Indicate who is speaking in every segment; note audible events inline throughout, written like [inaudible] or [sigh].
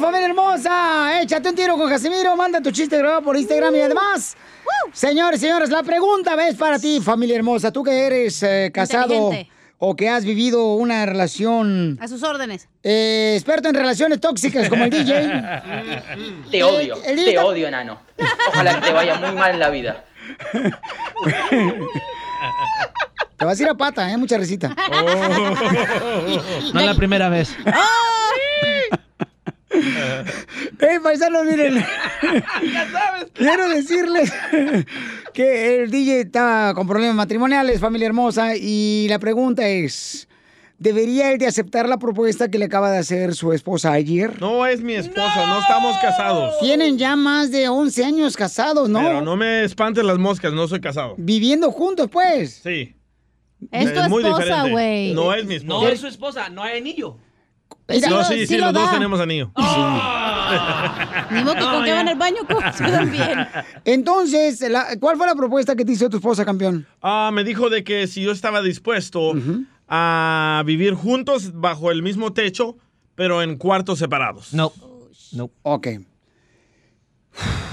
Speaker 1: familia hermosa! Échate un tiro con Casimiro, manda tu chiste grabado por Instagram y además. Señores, señores, la pregunta es para ti, familia hermosa. Tú que eres eh, casado
Speaker 2: Inteligente.
Speaker 1: o que has vivido una relación.
Speaker 2: A sus órdenes.
Speaker 1: eh, experto en relaciones tóxicas como el DJ.
Speaker 3: [laughs]
Speaker 4: Te odio,
Speaker 1: El- el
Speaker 4: te
Speaker 1: Insta-
Speaker 4: odio, enano. Ojalá que te vaya muy mal en la vida.
Speaker 1: Te vas a ir a pata, ¿eh? Mucha risita.
Speaker 5: Oh.
Speaker 3: No es la primera vez.
Speaker 1: ¡Ey, paisanos, miren! Quiero decirles que el DJ está con problemas matrimoniales, familia hermosa, y la pregunta es, ¿debería él de aceptar la propuesta que le acaba de hacer su esposa ayer?
Speaker 5: No es mi esposa, no, estamos casados.
Speaker 1: Tienen ya más de 11 años casados, ¿no?
Speaker 5: Pero no me espantes las moscas, no soy casado.
Speaker 1: Viviendo juntos, pues.
Speaker 5: Sí.
Speaker 2: Es tu
Speaker 5: muy
Speaker 2: esposa,
Speaker 5: diferente.
Speaker 2: güey.
Speaker 5: No es mi esposa.
Speaker 3: No es su esposa, no hay anillo.
Speaker 1: Mira,
Speaker 5: No, sí, sí, los dos tenemos anillo.
Speaker 2: Ni modo que con qué van al baño, con eso también.
Speaker 1: Entonces, la- ¿cuál fue la propuesta que te hizo tu esposa, campeón?
Speaker 5: [laughs] Ah, me dijo de que si yo estaba dispuesto a vivir juntos bajo el mismo techo, pero en cuartos separados.
Speaker 3: No. No.
Speaker 1: Ok.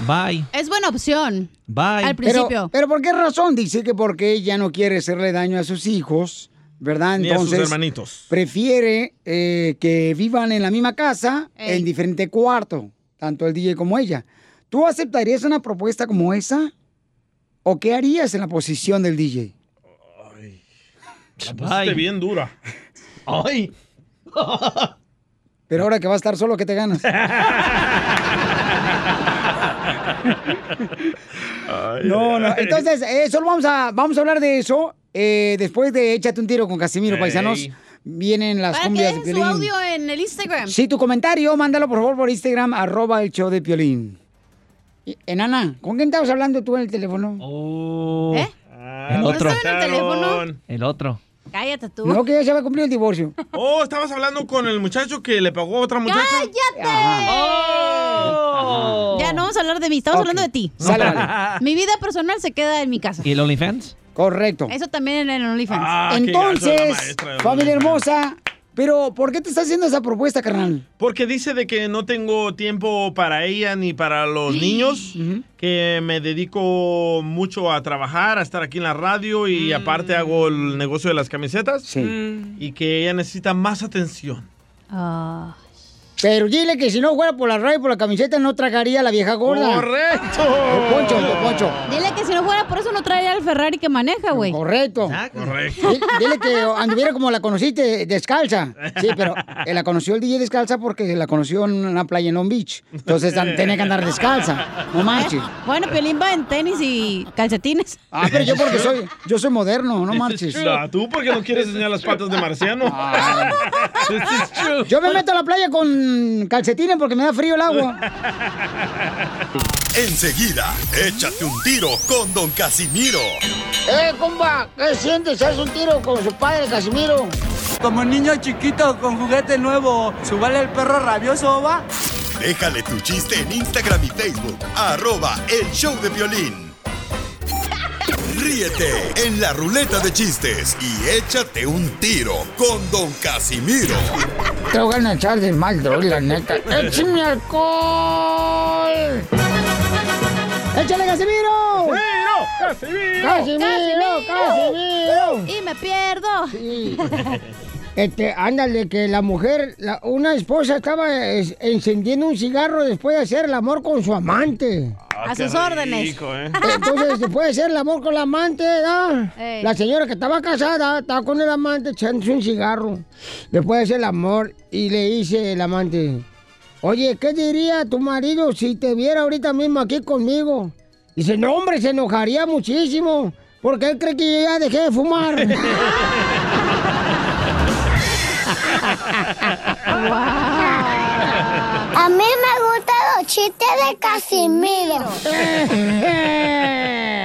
Speaker 3: Bye.
Speaker 2: Es buena opción.
Speaker 3: Bye.
Speaker 2: Al
Speaker 1: Pero,
Speaker 2: principio.
Speaker 1: pero ¿por qué razón? Dice que porque ella no quiere hacerle daño a sus hijos, ¿verdad?
Speaker 5: Ni a sus
Speaker 1: Entonces,
Speaker 5: hermanitos.
Speaker 1: prefiere eh, que vivan en la misma casa,
Speaker 2: Ey.
Speaker 1: en diferente cuarto, tanto el DJ como ella. ¿Tú aceptarías una propuesta como esa? ¿O qué harías en la posición del DJ?
Speaker 5: La pusiste
Speaker 3: Ay.
Speaker 5: bien dura.
Speaker 3: Ay.
Speaker 1: Pero ahora que va a estar solo, ¿qué te ganas? No, no. Entonces, eh, solo vamos a, vamos a hablar de eso. eh, después de Échate un tiro con Casimiro,
Speaker 5: Ey.
Speaker 1: paisanos, vienen las
Speaker 2: Para que
Speaker 1: cumbias de
Speaker 2: dejen su
Speaker 1: Piolín.
Speaker 2: audio en el Instagram.
Speaker 1: Sí, tu comentario, mándalo por favor por Instagram, arroba el show de Piolín. Y- Enana, ¿con quién estabas hablando tú en el teléfono?
Speaker 3: Oh.
Speaker 2: ¿Eh?
Speaker 5: Ah,
Speaker 3: El otro.
Speaker 5: la
Speaker 2: ¿Estaba en el
Speaker 5: cacharon.
Speaker 3: El otro.
Speaker 2: Cállate tú.
Speaker 1: No, que ya se había cumplido el divorcio.
Speaker 5: Oh, estabas hablando con el muchacho que le pagó a otra muchacha.
Speaker 2: ¡Cállate! Ya no vamos a hablar de mí, estamos
Speaker 1: Ok.
Speaker 2: hablando de ti.
Speaker 1: Sale,
Speaker 2: [laughs]
Speaker 1: vale.
Speaker 2: Mi vida personal se queda en mi casa.
Speaker 3: ¿Y el OnlyFans?
Speaker 1: Correcto.
Speaker 2: Eso también en el OnlyFans.
Speaker 5: Ah, qué gacho la
Speaker 1: Entonces,
Speaker 5: maestra de
Speaker 1: familia
Speaker 5: Luna.
Speaker 1: hermosa, pero ¿por qué te está haciendo esa propuesta, carnal?
Speaker 5: Porque dice de que no tengo tiempo para ella ni para los niños, que me dedico mucho a trabajar, a estar aquí en la radio y aparte hago el negocio de las camisetas y que ella necesita más atención.
Speaker 2: Ah.
Speaker 1: Pero dile que si no fuera por la radio y por la camiseta, no tragaría a la vieja gorda.
Speaker 5: ¡Correcto!
Speaker 1: Don Poncho, don Poncho.
Speaker 2: Dile que si no fuera por eso no traería el Ferrari que maneja, güey.
Speaker 1: Correcto.
Speaker 5: Correcto.
Speaker 1: Dile- Dile que anduviera como la conociste, descalza. Sí, pero eh, la conoció el DJ descalza porque la conoció en una playa en Long Beach. Entonces an- tenía que andar descalza. No manches.
Speaker 2: Bueno, Piolín va en tenis y calcetines.
Speaker 1: Ah, pero yo porque soy, yo soy moderno, no marches. Ah.
Speaker 5: No, Ah, tú porque no quieres enseñar las patas de marciano. [laughs] This is true.
Speaker 1: Yo me meto a la playa con calcetines porque me da frío el agua.
Speaker 6: Enseguida, échate un tiro con Don Casimiro.
Speaker 1: Eh, compa, ¿qué sientes? ¿Haz un tiro con su padre, Casimiro?
Speaker 7: Como niño chiquito con juguete nuevo, ¿subale el perro rabioso va?
Speaker 6: Déjale tu chiste en Instagram y Facebook. Arroba el show de violín. Ríete en la ruleta de chistes y échate un tiro con Don Casimiro.
Speaker 1: Te voy a echar de mal, doy, la neta. ¡Échame alcohol! ¡Échale, Casimiro!
Speaker 5: ¡Casimiro! ¡Casimiro!
Speaker 2: [laughs]
Speaker 1: ¡Casimiro, Casimiro!
Speaker 2: Y me pierdo.
Speaker 1: Sí. Este, ándale, que la mujer, la- una esposa estaba es- encendiendo un cigarro después de hacer el amor con su amante.
Speaker 5: Ah,
Speaker 2: A
Speaker 5: qué
Speaker 2: sus órdenes.
Speaker 5: rico, ¿eh?
Speaker 1: Entonces, después de hacer el amor con la amante, ¿verdad?
Speaker 2: Ey.
Speaker 1: la señora que estaba casada estaba con el amante echándose un cigarro. Después de hacer el amor y le dice el amante, oye, ¿qué diría tu marido si te viera ahorita mismo aquí conmigo? Dice, no, hombre, se enojaría muchísimo. Porque él cree que yo ya dejé de fumar.
Speaker 8: A mí me gustan los chistes de Casimiro.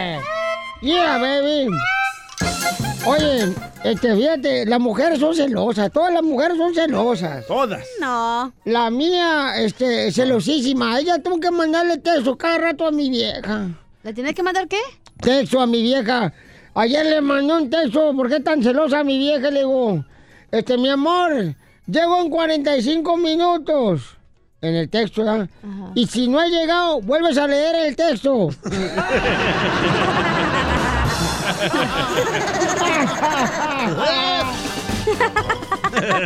Speaker 1: [laughs] Yeah, baby. Oye, este, fíjate, las mujeres son celosas, todas las mujeres son celosas.
Speaker 5: Todas.
Speaker 2: No.
Speaker 1: La mía, este, celosísima, ella tuvo que mandarle texto cada rato a mi vieja.
Speaker 2: [laughs] ¿Le tienes que mandar qué?
Speaker 1: Texto a mi vieja. Ayer le mandó un texto, ¿por qué tan celosa a mi vieja? Le digo, este, mi amor, llego en 45 minutos. en el texto, ¿verdad? Y si no ha llegado, vuelves a leer el
Speaker 5: [laughs]
Speaker 1: texto.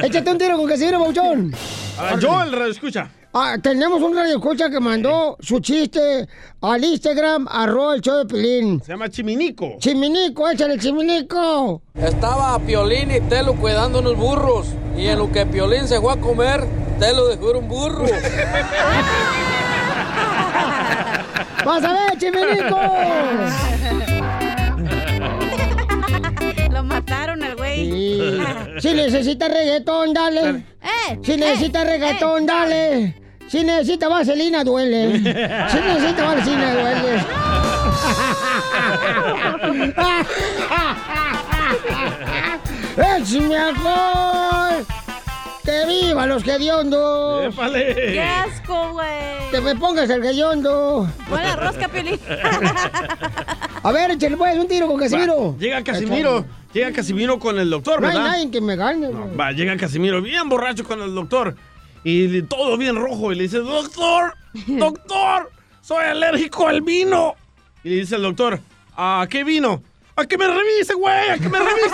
Speaker 1: Échate un tiro con Casimiro, Bauchón.
Speaker 5: Ah, Joel, escucha.
Speaker 1: Ah, tenemos un radio escucha que mandó su chiste al Instagram, arroba el show de Pelín.
Speaker 5: Se llama Chiminico.
Speaker 1: Chiminico, échale Chiminico.
Speaker 9: Estaba Piolín y Telo cuidando unos burros. Y en lo que Piolín se fue a comer, Telo dejó ir un burro.
Speaker 1: ¡Vas a ver,
Speaker 5: [laughs]
Speaker 1: Chiminico!
Speaker 2: Lo mataron al güey.
Speaker 1: Sí. Si necesita reggaetón, dale.
Speaker 2: Eh,
Speaker 1: Si necesita
Speaker 2: eh,
Speaker 1: reggaetón,
Speaker 2: eh.
Speaker 1: dale. Si necesita vaselina, duele. Si necesita vaselina,
Speaker 5: [laughs]
Speaker 1: duele. ¡Échame alcohol! ¡Que viva los hediondos!
Speaker 2: ¡Qué
Speaker 5: ¡Épale!
Speaker 2: asco, güey!
Speaker 1: ¡Que me pongas el hediondo!
Speaker 2: Pon la rosca,
Speaker 5: [laughs]
Speaker 2: Piolín.
Speaker 1: [laughs] A ver, échale pues un tiro con Casimiro.
Speaker 5: Va, Llega Casimiro. Llega Casimiro con el doctor,
Speaker 1: No hay
Speaker 5: ¿verdad?
Speaker 1: nadie que me gane, güey.
Speaker 5: Va, llega Casimiro bien borracho con el doctor. Y le- todo bien rojo. Y le dice,
Speaker 1: [laughs]
Speaker 5: doctor, doctor, soy alérgico al vino. Y le dice el doctor, ¿a qué vino? A que me revise, güey, a que
Speaker 1: [laughs]
Speaker 5: me revise.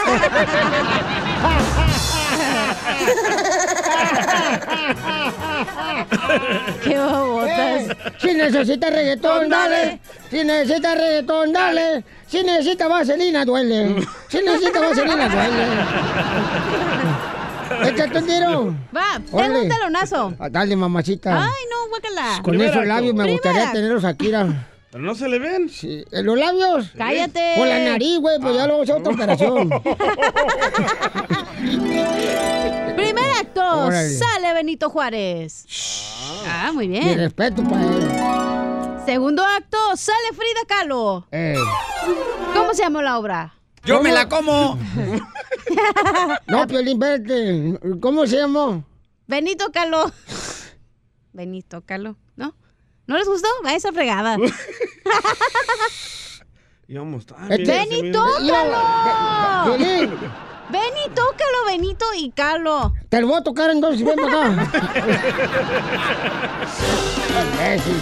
Speaker 2: ¡Qué babotas!
Speaker 1: Eh, Si necesita reggaetón, dale. Si necesita reggaetón, dale. Si necesita vaselina, duele. Si necesita vaselina, duele.
Speaker 5: [laughs]
Speaker 1: Échate un tiro.
Speaker 2: Va, tengo
Speaker 1: Órale.
Speaker 2: un talonazo.
Speaker 1: Ah, Dale, mamacita. Pues
Speaker 2: Ay, no, guácala.
Speaker 1: Con esos labios me
Speaker 2: Primera.
Speaker 1: gustaría tenerlos aquí. mira.
Speaker 5: Pero no se le ven.
Speaker 1: Sí, ¿eh, ¿Los labios?
Speaker 2: Cállate.
Speaker 1: Con la nariz, güey, pues ya lo vamos a hacer
Speaker 2: [laughs]
Speaker 1: otra operación.
Speaker 2: Primer acto.
Speaker 1: Órale.
Speaker 2: Sale Benito Juárez. Ah, muy
Speaker 1: Mi
Speaker 2: bien.
Speaker 1: respeto para él.
Speaker 2: Segundo acto. Sale Frida Kahlo.
Speaker 1: Eh,
Speaker 2: ¿Cómo se llamó la obra?
Speaker 7: Yo me la como.
Speaker 1: [laughs] No, Piolín, verte. ¿Cómo se llamó?
Speaker 2: Benito
Speaker 1: [laughs]
Speaker 2: Kahlo. Benito Kahlo, ¿no? ¿No les gustó? A esa
Speaker 1: [laughs]
Speaker 2: fregada.
Speaker 5: Y vamos, "Ah, tan
Speaker 1: Este-
Speaker 5: bien,
Speaker 2: ¡Benito
Speaker 5: Casimiro.
Speaker 2: Kahlo!
Speaker 1: Piolín,
Speaker 2: ¡Benito Kahlo, Benito y
Speaker 1: [laughs]
Speaker 2: Kahlo!
Speaker 1: te lo voy a tocar entonces, ven para acá. Imbécil.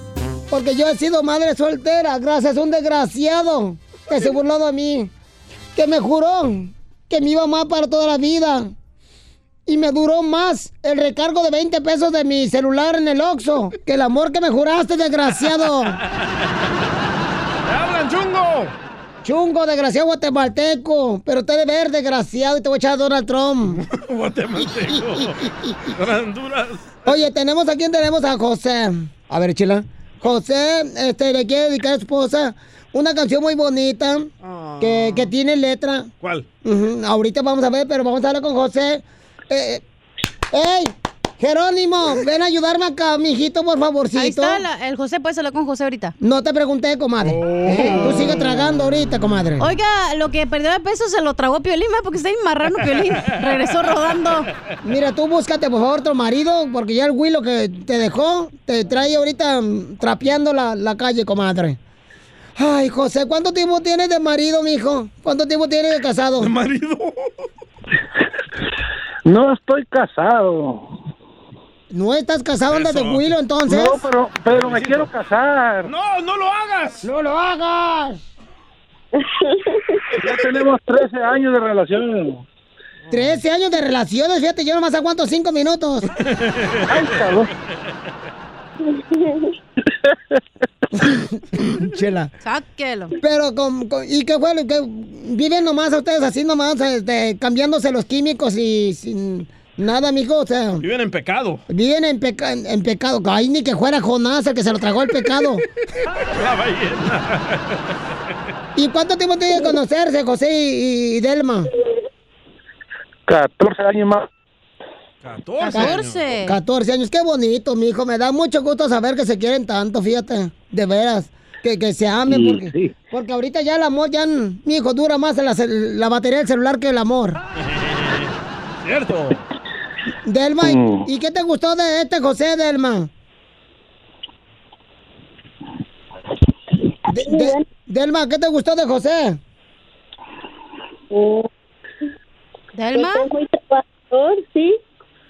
Speaker 1: Porque yo he sido madre soltera, gracias a un desgraciado que se burló de mí. Que me juró que me iba a amar para toda la vida. Y me duró más el recargo de 20 pesos de mi celular en el Oxxo que el amor que me juraste, desgraciado.
Speaker 5: ¡Te hablan, chungo!
Speaker 1: Chungo, desgraciado guatemalteco. Pero te de ver, desgraciado, y te voy a echar a Donald
Speaker 5: [laughs]
Speaker 1: Trump.
Speaker 5: Guatemalteco. Honduras.
Speaker 1: Oye, tenemos a quién tenemos a José. A ver, chila. José, este, le quiere dedicar a su esposa una canción muy bonita que, que tiene letra.
Speaker 5: ¿Cuál?
Speaker 1: Ujú, Ahorita vamos a ver, pero vamos a hablar con José. Eh, eh, ¡Ey! Jerónimo, ven a ayudarme acá, mijito, por favorcito.
Speaker 2: Ahí está la- el José, puedes hablar con José ahorita.
Speaker 1: No te pregunté, comadre. Eh, Tú sigue tragando ahorita, comadre.
Speaker 2: Oiga, lo que perdió de peso se lo tragó Piolín, ¿verdad? porque está ahí marrano Piolín. Regresó rodando.
Speaker 1: Mira, tú búscate, por favor, otro marido, porque ya el Willo que te dejó te trae ahorita mm, trapeando la, la calle, comadre. Ay, José, ¿cuánto tiempo tienes de marido, mijo? ¿Cuánto tiempo tienes de casado?
Speaker 5: Marido.
Speaker 10: No estoy casado.
Speaker 1: ¿No estás casado, andas de
Speaker 5: Eso.
Speaker 1: Willo, entonces?
Speaker 10: No, pero, pero me quiero casar.
Speaker 5: ¡No, no lo hagas!
Speaker 1: ¡No lo hagas!
Speaker 10: [laughs] Ya tenemos 13 años de relación.
Speaker 1: 13 años de relaciones, fíjate, yo nomás aguanto 5 minutos.
Speaker 10: Ay, cabrón.
Speaker 1: [laughs] Chela.
Speaker 2: Sáquelo.
Speaker 1: Pero, con, con- ¿y qué fue? lo que ¿Viven nomás ustedes así nomás, este, cambiándose los químicos y sin nada, mijo? O sea...
Speaker 5: Viven en pecado.
Speaker 1: Viven en, peca- en- en pecado. Ay, ni que fuera Jonás el que se lo tragó el pecado.
Speaker 5: La ballena.
Speaker 1: ¿Y cuánto tiempo tiene de conocerse José y, y Delma?
Speaker 10: 14 años más.
Speaker 5: 14.
Speaker 1: 14. 14 años. Qué bonito, mi hijo. Me da mucho gusto saber que se quieren tanto, fíjate. De veras. Que, que se amen.
Speaker 11: Sí,
Speaker 1: porque,
Speaker 11: sí.
Speaker 1: porque ahorita ya el amor, ya, n- mi hijo, dura más la, cel- la batería del celular que el amor.
Speaker 5: Cierto.
Speaker 1: Delma, ¿y-
Speaker 11: Mm.
Speaker 1: ¿y qué te gustó de este José, Delma? De- de- Delma, ¿qué te gustó de José?
Speaker 12: ¿Delma?
Speaker 1: Que es muy trabajador, sí.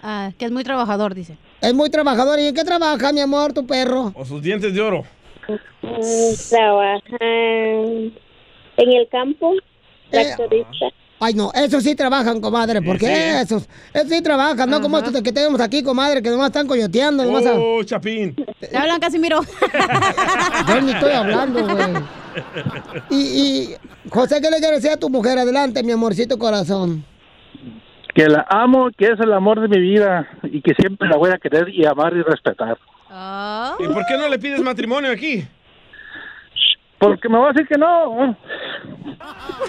Speaker 12: Ah, que es muy trabajador, dice.
Speaker 1: Es muy trabajador. ¿Y en qué trabaja, mi amor, tu perro?
Speaker 5: O sus dientes de oro.
Speaker 1: Trabaja en el campo, Eh, tractorista. Ay, no, esos sí trabajan, comadre, porque
Speaker 5: sí, ¿eh?
Speaker 1: esos, esos sí trabajan, no como estos que tenemos aquí, comadre, que nomás están coyoteando, nomás a-
Speaker 5: Oh, Chapín.
Speaker 12: Te hablan casi, miro.
Speaker 1: [laughs] Yo ni estoy hablando, güey. Y, y, José, ¿qué le quieres decir a tu mujer? Adelante, mi amorcito corazón.
Speaker 11: Que la amo, que es el amor de mi vida y que siempre la voy a querer y amar y respetar.
Speaker 2: ¿Ah?
Speaker 5: ¿Y por qué no le pides matrimonio aquí?
Speaker 11: Porque me va a decir que no.
Speaker 1: Ah,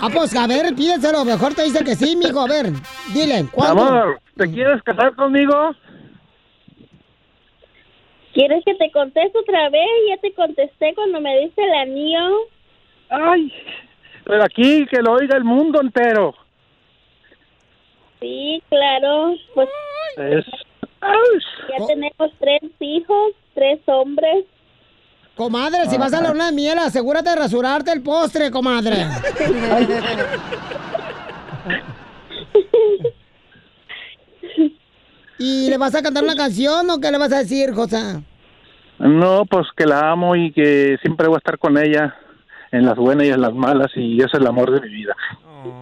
Speaker 1: ah, pues, a ver, pídeselo, mejor te dice que sí, mijo, a ver, dile, ¿cuándo?
Speaker 11: Amor, ¿te quieres casar conmigo?
Speaker 13: ¿Quieres que te conteste otra vez? Ya te contesté cuando me diste el anillo.
Speaker 11: Ay. Pero aquí que lo oiga el mundo entero.
Speaker 13: Sí, claro. Pues
Speaker 11: Es-
Speaker 13: ya
Speaker 1: Oh.
Speaker 13: tenemos tres hijos, tres hombres.
Speaker 1: Comadre, si vas a la luna de miel, asegúrate de rasurarte el postre, comadre. ¿Y le vas a cantar una canción o qué le vas a decir, José?
Speaker 11: No, pues que la amo y que siempre voy a estar con ella en las buenas y en las malas y ese es el amor de mi vida.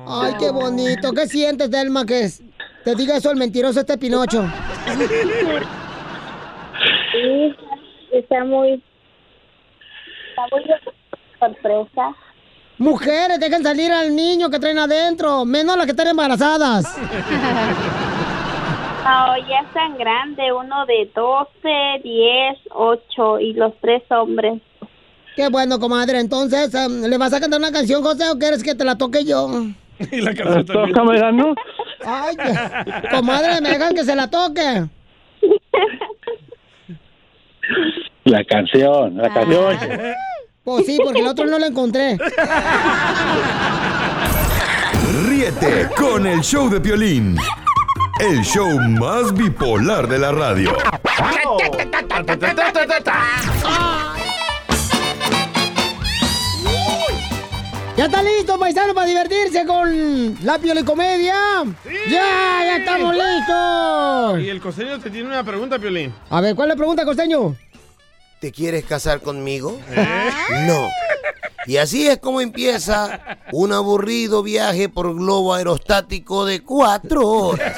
Speaker 1: Ay, qué bonito. ¿Qué sientes, Delma, que es- te diga eso el mentiroso este Pinocho?
Speaker 13: Sí, está muy... Está muy sorpresa.
Speaker 1: Mujeres, dejen salir al niño que traen adentro, menos las que están embarazadas.
Speaker 13: No, ya están grandes, uno de 12, 10, 8 y los tres hombres.
Speaker 1: Qué bueno, comadre. Entonces, em, ¿le vas a cantar una canción, José, o quieres que te la toque yo?
Speaker 5: Y la canción también.
Speaker 11: ¿no?
Speaker 1: Ay, qué- comadre, me dejan que se la toque.
Speaker 11: La canción, la canción.
Speaker 1: Pues sí, porque el otro no lo encontré.
Speaker 6: Ríete con el show de Piolín. El show más bipolar de la radio.
Speaker 1: ¿Ya está listo, paisano, para divertirse con la piolicomedia? ¡Ya, ya estamos listos!
Speaker 5: Y el costeño te tiene una pregunta, Piolín.
Speaker 1: A ver, ¿cuál es la pregunta, Costeño?
Speaker 14: ¿Te quieres casar conmigo?
Speaker 5: ¿Eh?
Speaker 14: No. Y así es como empieza un aburrido viaje por globo aerostático de cuatro horas.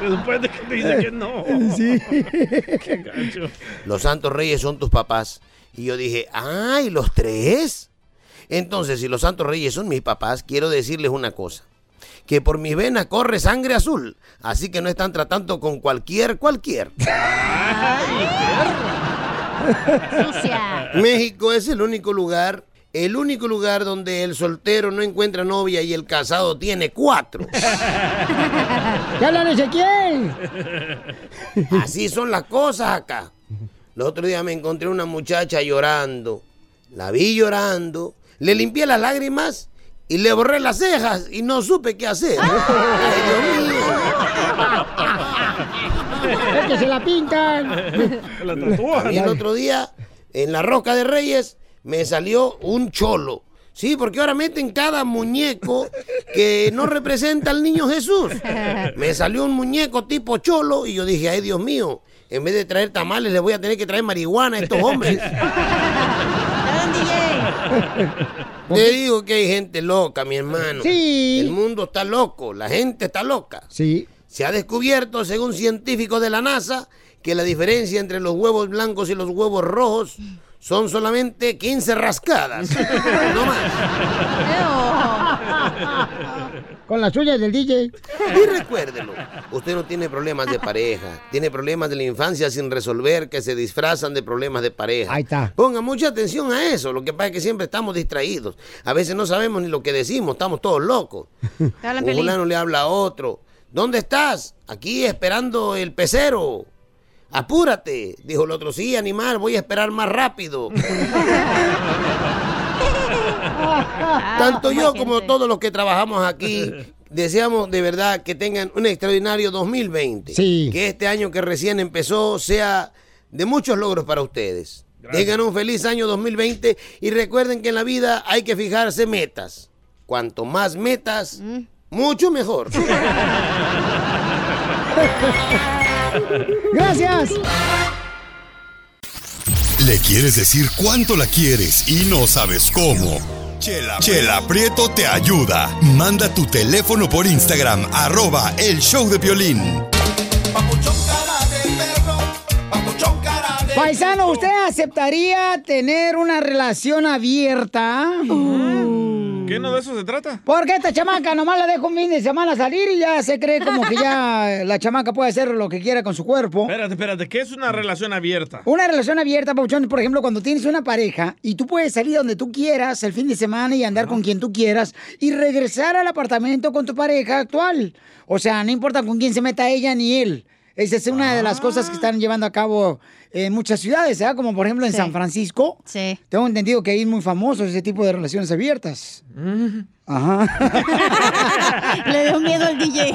Speaker 5: Después de que te dice que no.
Speaker 1: Sí.
Speaker 5: Qué gacho.
Speaker 14: Los santos reyes son tus papás. Y yo dije, ¡ay, los tres! Entonces, si los santos reyes son mis papás, quiero decirles una cosa. Que por mis venas corre sangre azul. Así que no están tratando con cualquier, cualquier. [laughs] México es el único lugar, el único lugar donde el soltero no encuentra novia y el casado tiene
Speaker 1: [laughs]
Speaker 14: cuatro.
Speaker 1: ¿Qué hablan, Ezequiel?
Speaker 14: Así son las cosas acá. Los otros días me encontré una muchacha llorando. La vi llorando, le limpié las lágrimas y le borré las cejas y no supe qué
Speaker 1: [laughs]
Speaker 14: hacer. Ay, Dios mío.
Speaker 1: Es que se la
Speaker 14: [laughs]
Speaker 1: pintan.
Speaker 14: Y el otro día, en la Roca de Reyes, me salió un cholo. Sí, porque ahora meten cada muñeco que no representa al niño Jesús. Me salió un muñeco tipo cholo y yo dije, ay Dios mío, en vez de traer tamales les voy a tener que traer marihuana a estos
Speaker 12: [laughs]
Speaker 2: [laughs]
Speaker 14: hombres. Te digo que hay gente loca, mi hermano. El mundo está loco, la gente está loca.
Speaker 1: Sí.
Speaker 14: Se ha descubierto, según científicos de la NASA, que la diferencia entre los huevos blancos y los huevos rojos son solamente 15 rascadas. No más.
Speaker 1: Con las suyas del DJ.
Speaker 14: Y recuérdelo, usted no tiene problemas de pareja, tiene problemas de la infancia sin resolver que se disfrazan de problemas de pareja.
Speaker 1: Ahí está.
Speaker 14: Ponga mucha atención a eso, lo que pasa es que siempre estamos distraídos. A veces no sabemos ni lo que decimos, estamos todos locos.
Speaker 12: Te hablan,
Speaker 14: Un
Speaker 12: Piolín.
Speaker 14: fulano le habla a otro. ¿Dónde estás? Aquí esperando el pecero. Apúrate, dijo el otro. Sí, animal, voy a esperar más rápido. Tanto yo como todos los que trabajamos aquí deseamos de verdad que tengan un extraordinario 2020. Que este año que recién empezó sea de muchos logros para ustedes. Tengan un feliz año 2020 y recuerden que en la vida hay que fijarse metas. Cuanto más metas, mucho mejor.
Speaker 1: Gracias.
Speaker 6: ¿Le quieres decir cuánto la quieres y no sabes cómo? Chela, Chela Prieto te ayuda. Manda tu teléfono por Instagram, arroba el show de violín.
Speaker 1: Paisano, ¿usted aceptaría tener una relación abierta?
Speaker 5: ¿Qué no de eso se trata?
Speaker 1: Porque esta chamaca nomás la dejo un fin de semana salir y ya se cree como que ya la chamaca puede hacer lo que quiera con su cuerpo.
Speaker 5: Espérate, espérate, ¿qué es una relación abierta?
Speaker 1: Una relación abierta, Pauchón, por ejemplo, cuando tienes una pareja y tú puedes salir donde tú quieras el fin de semana y andar con quien tú quieras y regresar al apartamento con tu pareja actual. O sea, no importa con quién se meta ella ni él. Esa es una de las cosas que están llevando a cabo en muchas ciudades, ¿verdad? Como por ejemplo en San Francisco. Sí. Tengo entendido que ahí es muy famoso ese tipo de relaciones abiertas. Ajá.
Speaker 2: [laughs] Le dio miedo al DJ.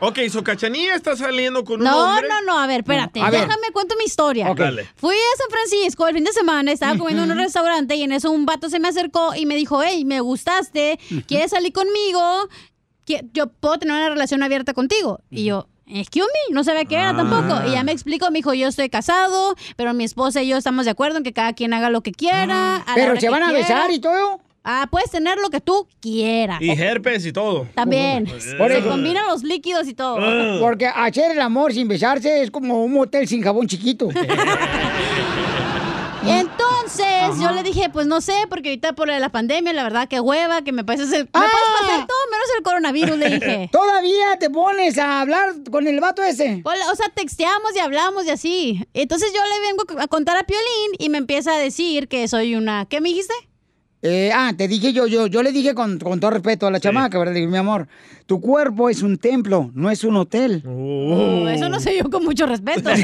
Speaker 5: Ok, so Cachanilla está saliendo con un
Speaker 2: No,
Speaker 5: hombre.
Speaker 2: no, no, a ver, espérate.
Speaker 5: A ver.
Speaker 2: Déjame cuento mi historia.
Speaker 5: Ok. Dale.
Speaker 2: Fui a San Francisco el fin de semana, estaba comiendo en un restaurante y en eso un vato se me acercó y me dijo, hey, me gustaste, ¿quieres salir conmigo? ¿Qui- Yo puedo tener una relación abierta contigo. Y yo... Excuse me, no sabía qué
Speaker 1: Ah.
Speaker 2: era tampoco. Y ya me explicó, me dijo, yo estoy casado, pero mi esposa y yo estamos de acuerdo en que cada quien haga lo que quiera. a la
Speaker 1: Ah. Pero
Speaker 2: hora
Speaker 1: se
Speaker 2: que
Speaker 1: van a
Speaker 2: quiera".
Speaker 1: besar y todo.
Speaker 2: Ah, puedes tener lo que tú quieras.
Speaker 5: Y herpes y todo.
Speaker 2: También.
Speaker 1: Por
Speaker 2: se
Speaker 1: eso- Ah.
Speaker 2: combinan los líquidos y todo.
Speaker 5: Ah.
Speaker 1: Porque hacer el amor sin besarse es como un motel sin jabón
Speaker 5: [laughs]
Speaker 1: chiquito.
Speaker 2: Y Entonces, yo le dije, pues no sé, porque ahorita por la pandemia, la verdad, que hueva, que me pases el... Me puedes pasar todo menos el coronavirus, le dije.
Speaker 1: Ah. [laughs] Todavía te pones a hablar con el vato ese.
Speaker 2: Hola, O sea, texteamos y hablamos y así. Entonces yo le vengo a contar a Piolín y me empieza a decir que soy una... ¿Qué me dijiste?
Speaker 1: Eh, ah, te dije yo, yo, yo le dije con, con todo respeto a la chamaca, ¿verdad? Le dije, mi amor, tu cuerpo es un templo, no es un hotel.
Speaker 2: Oh, eso no sé yo con mucho
Speaker 1: [laughs]
Speaker 2: respeto. Y le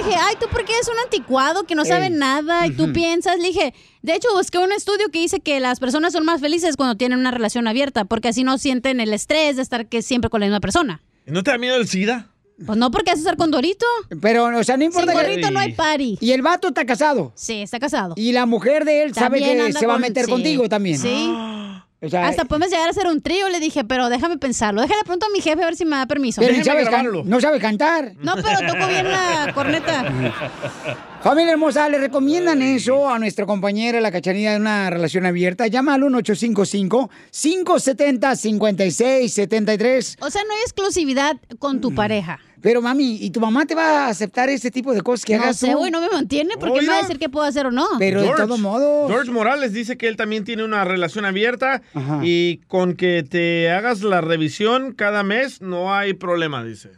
Speaker 2: dije, ay, ¿tú por qué eres un anticuado que no sabe
Speaker 1: Ey.
Speaker 2: nada? Y tú piensas, le dije, de hecho, busqué un estudio que dice que las personas son más felices cuando tienen una relación abierta, porque así no sienten el estrés de estar que siempre con la misma persona.
Speaker 5: ¿No te da miedo el SIDA?
Speaker 2: Pues no, porque haces estar con Dorito.
Speaker 1: Pero, o sea, no importa
Speaker 2: Sin
Speaker 1: que-
Speaker 2: gorrito no hay party.
Speaker 1: Y el vato está casado.
Speaker 2: Sí, está casado.
Speaker 1: Y la mujer de él sabe
Speaker 2: También
Speaker 1: que
Speaker 2: anda
Speaker 1: se va a
Speaker 2: con-
Speaker 1: meter
Speaker 2: sí,
Speaker 1: contigo también.
Speaker 2: Sí.
Speaker 1: O sea,
Speaker 2: Hasta podemos llegar a ser un trío, le dije, pero déjame pensarlo. Déjale pronto a mi jefe a ver si me da permiso.
Speaker 1: pero ni sabes can- no sabe cantar.
Speaker 2: No, pero toco bien la corneta.
Speaker 1: Familia hermosa, le recomiendan eso a nuestra compañera, la cachanilla de una relación abierta. Llama al 1855-570-5673.
Speaker 2: O sea, no hay exclusividad con tu pareja.
Speaker 1: Mm. Pero mami, ¿y tu mamá te va a aceptar este tipo de cosas que
Speaker 2: No
Speaker 1: hagas
Speaker 2: sé,
Speaker 1: tú?
Speaker 2: güey, no me mantiene porque me va a decir qué puedo hacer o no.
Speaker 5: George- George Morales dice que él también tiene una relación abierta y con que te hagas la revisión cada mes no hay problema, dice.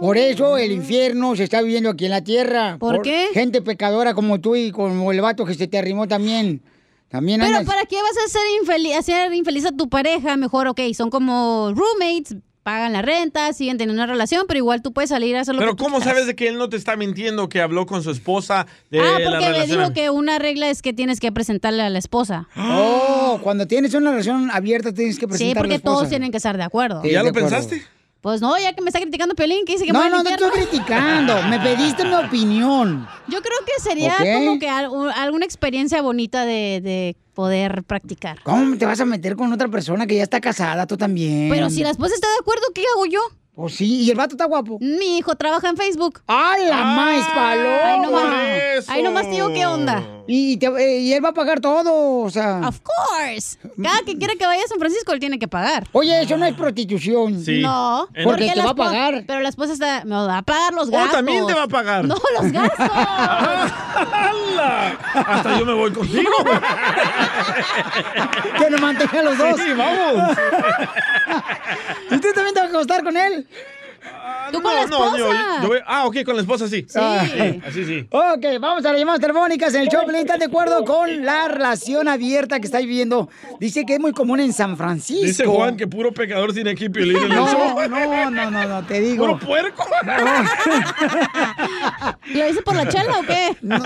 Speaker 1: Por eso el infierno se está viviendo aquí en la tierra.
Speaker 2: ¿Por qué?
Speaker 1: Gente pecadora como tú y como el vato que se te arrimó también. También
Speaker 2: Pero
Speaker 1: andas-
Speaker 2: ¿para qué vas a ser infeliz, hacer infeliz a tu pareja? Mejor, ok, son como roommates, pagan la renta, siguen teniendo una relación, pero igual tú puedes salir a hacer lo
Speaker 5: Pero
Speaker 2: que tú
Speaker 5: ¿cómo
Speaker 2: quieras.
Speaker 5: sabes de que él no te está mintiendo que habló con su esposa de
Speaker 1: Eh,
Speaker 2: Ah,
Speaker 5: la
Speaker 2: porque me
Speaker 5: relación?
Speaker 2: dijo que una regla es que tienes que presentarle a la esposa.
Speaker 1: Oh, cuando tienes una relación abierta tienes que
Speaker 2: sí,
Speaker 1: presentar a la
Speaker 2: porque todos
Speaker 1: esposa.
Speaker 2: tienen que estar de acuerdo.
Speaker 1: Sí, ¿Ya de lo acuerdo. pensaste?
Speaker 2: Pues no, ya que me está criticando Pelín, que dice que me
Speaker 1: No,
Speaker 2: voy al
Speaker 1: no, no
Speaker 2: infierno.
Speaker 1: estoy criticando. Me
Speaker 2: [laughs]
Speaker 1: pediste mi opinión.
Speaker 2: Yo creo que sería
Speaker 1: Ok.
Speaker 2: como que al- u- alguna experiencia bonita de, de poder practicar.
Speaker 1: ¿Cómo te vas a meter con otra persona que ya está casada tú también?
Speaker 2: Pero si la esposa está de acuerdo, ¿qué hago yo?
Speaker 1: Pues sí, y el vato está guapo.
Speaker 2: Mi hijo trabaja en Facebook.
Speaker 1: ¡Ah, la más paloma!
Speaker 2: Ahí nomás, ahí nomás te digo qué onda.
Speaker 1: Y,
Speaker 13: [laughs]
Speaker 1: te- eh, y él va a pagar todo, o sea.
Speaker 2: Of course. Cada que quiera que vaya a San Francisco, él tiene que pagar.
Speaker 1: Oye, eso no es prostitución.
Speaker 2: No,
Speaker 1: Porque te
Speaker 2: la
Speaker 1: va a
Speaker 2: espo-
Speaker 1: pagar.
Speaker 2: Pero la esposa está, me va a pagar los
Speaker 1: Oh,
Speaker 2: gastos.
Speaker 1: también te va a
Speaker 5: pagar.
Speaker 2: No,
Speaker 1: [laughs]
Speaker 2: los gastos.
Speaker 5: Hasta yo me voy contigo.
Speaker 1: Que nos
Speaker 13: [laughs]
Speaker 1: mantenga los dos.
Speaker 5: Sí, vamos.
Speaker 1: ¿Y tú también te vas a acostar con él?
Speaker 2: Tú con la esposa.
Speaker 5: Ah, yo- yo- yo voy- ah, ok, con la esposa sí. Ah,
Speaker 1: Sí.
Speaker 5: Sí, así sí.
Speaker 13: Ok, vamos a las llamadas telefónicas en el show. Pelín, ¿Están de acuerdo con la relación abierta que está viviendo? Dice que es muy común en San Francisco.
Speaker 5: Dice Juan que puro pecador tiene aquí piolín en el show.
Speaker 13: No, no, no, no, no, te digo.
Speaker 5: ¿Puro puerco?
Speaker 13: [laughs] ¿Lo dice por la chela o qué? No,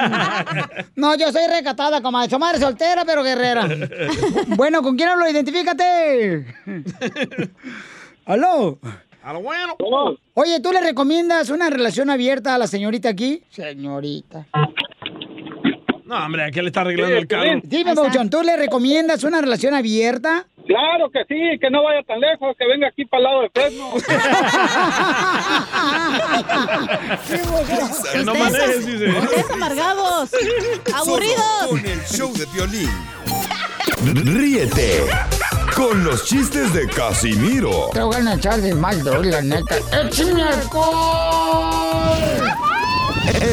Speaker 13: no, yo soy recatada, comadre. Soy madre soltera, pero guerrera. Bueno, ¿con quién hablo? Identifícate. ¿Aló?
Speaker 5: A Ah, lo bueno.
Speaker 13: Oye, ¿tú le recomiendas una relación abierta a la señorita aquí? Señorita.
Speaker 5: No, hombre, aquí le está arreglando el carro.
Speaker 13: Dime, Bouchon, ¿tú le recomiendas una relación abierta?
Speaker 15: Claro que sí, que no vaya tan lejos, que venga aquí para el lado de Fresno.
Speaker 6: [laughs] Que no manejes, dice.
Speaker 2: Ustedes
Speaker 1: [laughs]
Speaker 2: amargados,
Speaker 5: [laughs]
Speaker 6: Solo
Speaker 2: aburridos.
Speaker 6: Con el show de violín. Ríete con los chistes de Casimiro
Speaker 1: Te voy a echar de mal, doy, la neta. ¡Eh, ¡Échame alcohol!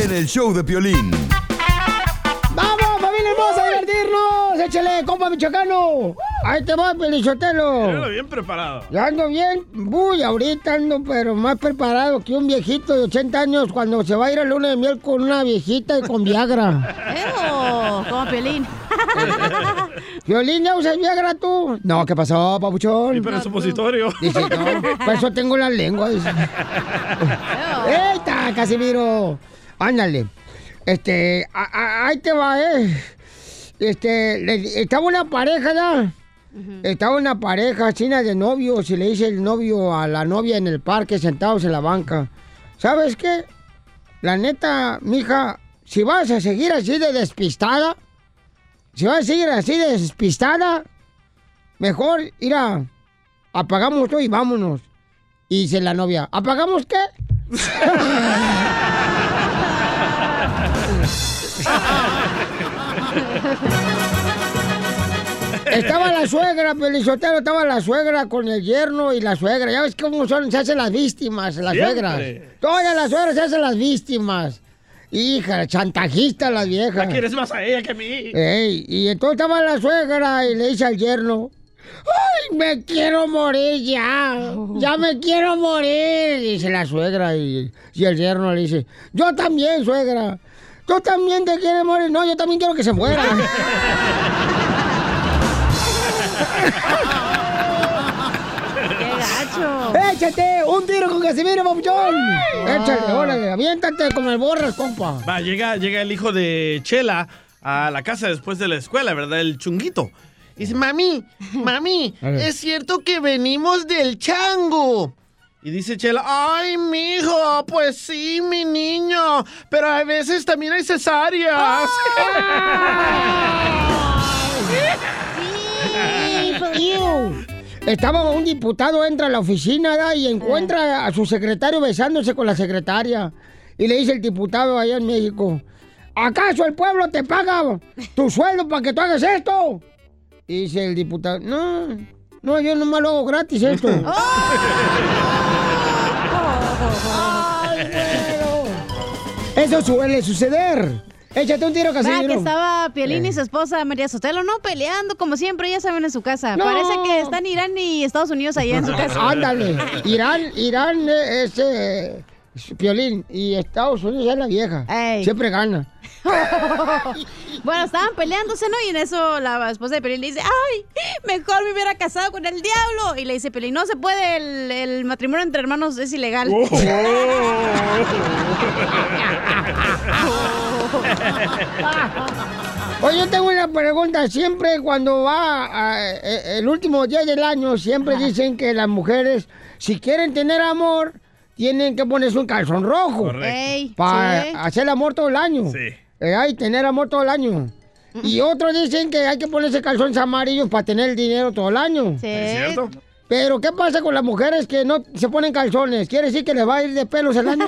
Speaker 6: en el show de violín.
Speaker 1: ¡Vamos, familia hermosa, a divertirnos! ¡Échale, compa michoacano! ¡Ahí te va,
Speaker 5: Míralo
Speaker 1: Pelichotelo!
Speaker 5: bien preparado.
Speaker 1: Ya ando bien, uy, ahorita ando, pero más preparado que un viejito de 80 años cuando se va a ir a luna de miel con una viejita y con Viagra.
Speaker 2: [laughs] ¡Ew! Como Piolín.
Speaker 1: Violín, ¿ya usas Viagra tú? No, ¿qué pasó, papuchón?
Speaker 5: Pero es supositorio. [laughs]
Speaker 1: Dice, no, por eso tengo la lengua. dice. ¡Ey, está, Casimiro! Ándale. Este, a- a- ahí te va, ¿eh? Este, le- estaba una pareja, ¿ya? Estaba una pareja china de novios y le dice el novio a la novia en el parque sentados en la banca. ¿Sabes qué? La neta, mija, si vas a seguir así de despistada, si vas a seguir así de despistada, mejor ir a... Apagamos todo y vámonos. Y dice la novia, ¿apagamos qué? estaba la suegra, Pelizotero, estaba la suegra con el yerno y la suegra. Ya ves cómo son, se hacen las víctimas, las
Speaker 12: Siempre.
Speaker 1: suegras. Todas las suegras se hacen las víctimas. Hija, chantajista las viejas.
Speaker 5: Quieres más a ella que a mí.
Speaker 1: Ey, y entonces estaba la suegra y le dice al yerno, ¡ay, me quiero morir ya! ¡Ya me quiero morir! Dice la suegra y, y el yerno le dice, yo también, suegra. ¿Tú también te quieres morir? No, yo también quiero que se muera.
Speaker 2: ¡Qué gacho!
Speaker 1: ¡Échate un tiro con Casimiro, papuchón! Échale, órale, aviéntate como el borras, compa.
Speaker 5: Va, llega, llega el hijo de Chela a la casa después de la escuela, ¿verdad? El chunguito. Y dice, mami, mami,
Speaker 12: ver.
Speaker 5: ¿es cierto que venimos del chango? Y dice Chela, ay, mijo, pues sí, mi niño, pero a veces también hay cesáreas.
Speaker 12: Ah.
Speaker 1: [laughs] Iu. Estaba un diputado, entra a la oficina ¿da? y encuentra a su secretario besándose con la secretaria. Y le dice el diputado allá en México, ¿acaso el pueblo te paga tu sueldo para que tú hagas esto? Y dice el diputado, no, no, yo nomás lo hago gratis esto.
Speaker 2: [laughs]
Speaker 1: Eso suele suceder. Échate un tiro,
Speaker 2: Va, que
Speaker 1: Casimiro.
Speaker 2: estaba Piolín
Speaker 1: Eh.
Speaker 2: y su esposa María Sotelo, no peleando, como siempre, ya saben, en su casa.
Speaker 1: No.
Speaker 2: Parece que están Irán y Estados Unidos allá en su casa.
Speaker 1: [laughs] Ándale. Irán, Irán eh, es eh, es Piolín y Estados Unidos es la vieja. Siempre gana.
Speaker 2: [laughs] bueno, estaban peleándose, ¿no? Y en eso la esposa de Piolín le dice, ay, mejor me hubiera casado con el diablo. Y le dice Piolín, no se puede, el, el matrimonio entre hermanos es ilegal.
Speaker 12: Oh.
Speaker 1: Oye, yo tengo una pregunta. Siempre cuando va a- eh, el último día del año, siempre dicen que las mujeres, si quieren tener amor, tienen que ponerse un calzón rojo.
Speaker 12: Correcto. Ey,
Speaker 1: para
Speaker 12: sí.
Speaker 1: hacer el amor todo el año.
Speaker 12: Sí.
Speaker 1: Eh, hay tener amor todo el año. Y otros dicen que hay que ponerse calzones amarillos para tener el dinero todo el año.
Speaker 12: ¿Es cierto?
Speaker 1: Pero, ¿qué pasa con las mujeres que no se ponen calzones? ¿Quiere decir que les va a ir de pelos el
Speaker 12: [laughs]
Speaker 1: año?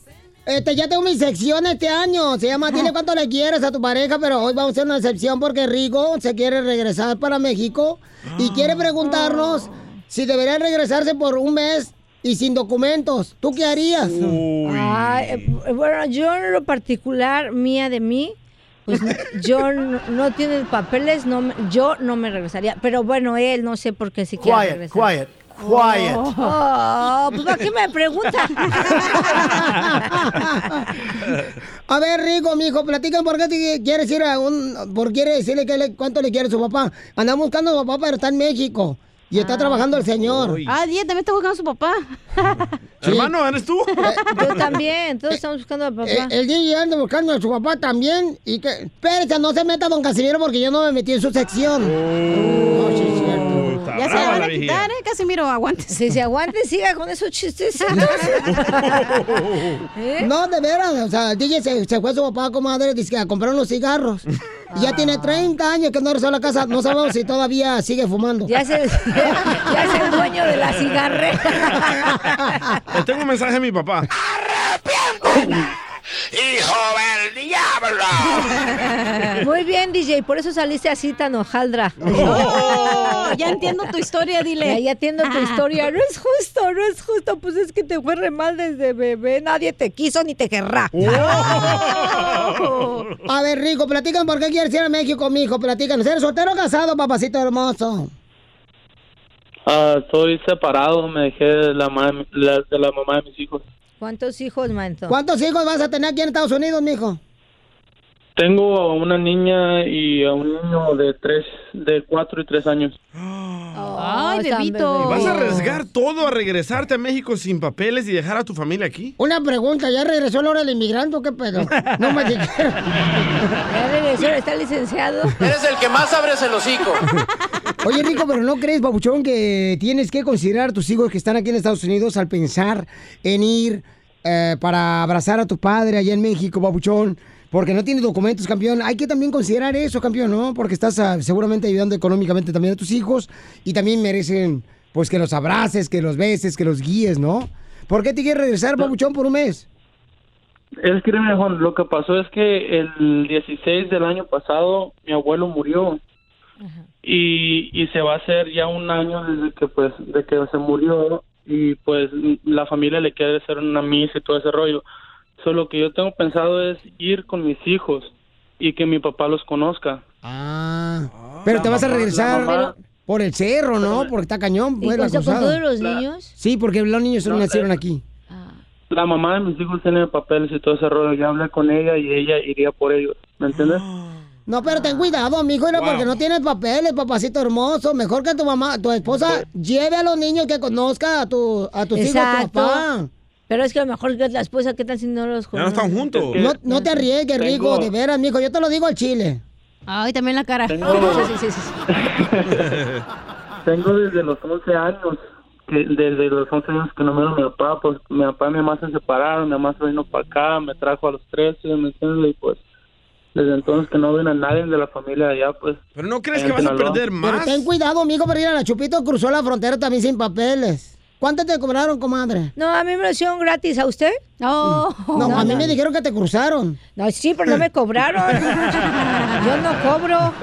Speaker 1: Este, ya tengo mi sección este año. Se llama Dile cuánto le quieres a tu pareja, pero hoy vamos a hacer una excepción porque Rigo se quiere regresar para México y quiere preguntarnos si debería regresarse por un mes y sin documentos. ¿Tú qué harías?
Speaker 16: Ay, eh, bueno, yo en lo particular, mía de mí, pues [laughs] yo no, no tiene papeles, no, me- yo no me regresaría. Pero bueno, él no sé por qué si quiere
Speaker 12: Quiet,
Speaker 16: regresar.
Speaker 12: quiet, quiet.
Speaker 16: Oh, pues ¿para qué me [laughs] pregunta?
Speaker 1: A ver, Rigo, mijo, platican por qué te quieres ir a un. por quiere decirle que le- cuánto le quiere su papá. Anda buscando a su papá, pero está en México. Y
Speaker 5: Ah,
Speaker 1: está trabajando el señor.
Speaker 2: Ah, Día también está buscando a su papá.
Speaker 5: [laughs]
Speaker 2: Eh,
Speaker 5: Hermano, ¿eres tú?
Speaker 16: Yo también, todos estamos buscando a papá.
Speaker 1: Eh, el DJ anda buscando a su papá también. Y que. Espérate, no se meta don Casimiro porque yo no me metí en su sección.
Speaker 5: Oh.
Speaker 1: No, sí, es cierto.
Speaker 2: Ya se la van a
Speaker 16: [laughs]
Speaker 2: quitar, ¿eh? Casimiro, aguante.
Speaker 16: Si se aguante, siga con esos [laughs] chistes. ¿Eh?
Speaker 1: No, de veras, o sea, el DJ se, se fue a su papá, comadre, dice que a comprar unos cigarros. Y ya
Speaker 16: Ah.
Speaker 1: tiene 30 años que no regresó a la casa, no sabemos si todavía sigue fumando.
Speaker 16: Ya se, ya
Speaker 12: es el dueño de la
Speaker 16: cigarrera.
Speaker 5: Le tengo un mensaje a mi papá.
Speaker 12: ¡Hijo del diablo!
Speaker 16: [laughs] Muy bien, DJ, por eso saliste así tan
Speaker 1: [laughs]
Speaker 16: hojaldra.
Speaker 1: Oh,
Speaker 2: [laughs] ya entiendo tu historia, dile. Ah.
Speaker 16: Ya, ya entiendo tu historia. No es justo, no es justo. Pues es que te fue re mal desde bebé. Nadie te quiso ni te querrá.
Speaker 1: [laughs] Oh.
Speaker 12: Oh
Speaker 1: A ver, Rico, platican por qué quieres ir a México, mijo, platican. ¿Eres soltero o casado, papacito hermoso?
Speaker 17: Ah, estoy separado, me dejé de la, mam- la- de la mamá de mis hijos.
Speaker 16: ¿Cuántos hijos, manto?
Speaker 1: ¿Cuántos hijos vas a tener aquí en Estados Unidos, mijo?
Speaker 17: Tengo a una niña y a un niño de tres, de cuatro y tres años.
Speaker 2: Ay, bebito.
Speaker 5: ¿Vas a arriesgar todo a regresarte a México sin papeles y dejar a tu familia aquí?
Speaker 1: Una pregunta, ¿ya regresó la hora del inmigrante o qué pedo? No
Speaker 16: [laughs]
Speaker 1: me dijeron.
Speaker 16: Ya regresó, está licenciado.
Speaker 7: Eres el que más abres el hocico.
Speaker 1: Oye, Rico, pero ¿no crees, babuchón, que tienes que considerar a tus hijos que están aquí en Estados Unidos al pensar en ir eh, para abrazar a tu padre allá en México, babuchón? Porque no tienes documentos, campeón. Hay que también considerar eso, campeón, ¿no? Porque estás ah, seguramente ayudando económicamente también a tus hijos y también merecen, pues, que los abraces, que los beses, que los guíes, ¿no? ¿Por qué te quieres regresar, babuchón, por un mes?
Speaker 17: Es que, mejor, lo que pasó es que el 16 del año pasado mi abuelo murió y, y se va a hacer ya un año desde que pues de que se murió y pues la familia le quiere hacer una misa y todo ese rollo. Solo que yo tengo pensado es ir con mis hijos y que mi papá los conozca.
Speaker 1: Ah, pero te vas a
Speaker 17: mamá, la
Speaker 1: regresar
Speaker 17: mamá.
Speaker 1: por el cerro, ¿no? Porque está cañón.
Speaker 16: ¿Y
Speaker 1: pues, la
Speaker 16: con, con
Speaker 1: cruzada.
Speaker 16: todos los niños?
Speaker 1: Sí, porque los niños
Speaker 17: No,
Speaker 1: nacieron aquí.
Speaker 17: La mamá de mis hijos tiene papeles y todo ese rollo. Yo hablé con ella y ella iría por ellos. ¿Me entiendes?
Speaker 1: No, pero ten cuidado, mijo, era
Speaker 17: Wow.
Speaker 1: porque no tienes papeles, papacito hermoso. Mejor que tu mamá, tu esposa, lleve a los niños que conozca a, tu, a tus hijos, tu
Speaker 16: Exacto.
Speaker 1: papá.
Speaker 16: Pero es que a lo mejor que la esposa, ¿qué tal si no los conoce?
Speaker 5: juntos.
Speaker 1: No, no te arriesgues,
Speaker 16: Tengo-
Speaker 1: Rico, de veras, mijo. Yo te lo digo al chile.
Speaker 2: Ay, también la cara.
Speaker 17: Tengo-
Speaker 2: Sí, sí, sí, sí.
Speaker 17: Tengo desde los 11 años, que- desde los 11 años que no me a mi papá, pues mi papá y mi mamá se separaron, mi mamá se vino para acá, me trajo a los 13, ¿me entiendes? Y pues desde entonces que no ven a nadie de la familia de allá, pues.
Speaker 5: Pero no
Speaker 1: Pero ten cuidado, mijo, porque mira, la Chupito cruzó la frontera también sin papeles. ¿Cuánto te cobraron, comadre?
Speaker 16: No, a mí me lo hicieron gratis. ¿A usted? No.
Speaker 1: No, a mí me dijeron que te cruzaron.
Speaker 16: No, sí, pero no me
Speaker 1: [laughs]
Speaker 16: cobraron. Yo no cobro.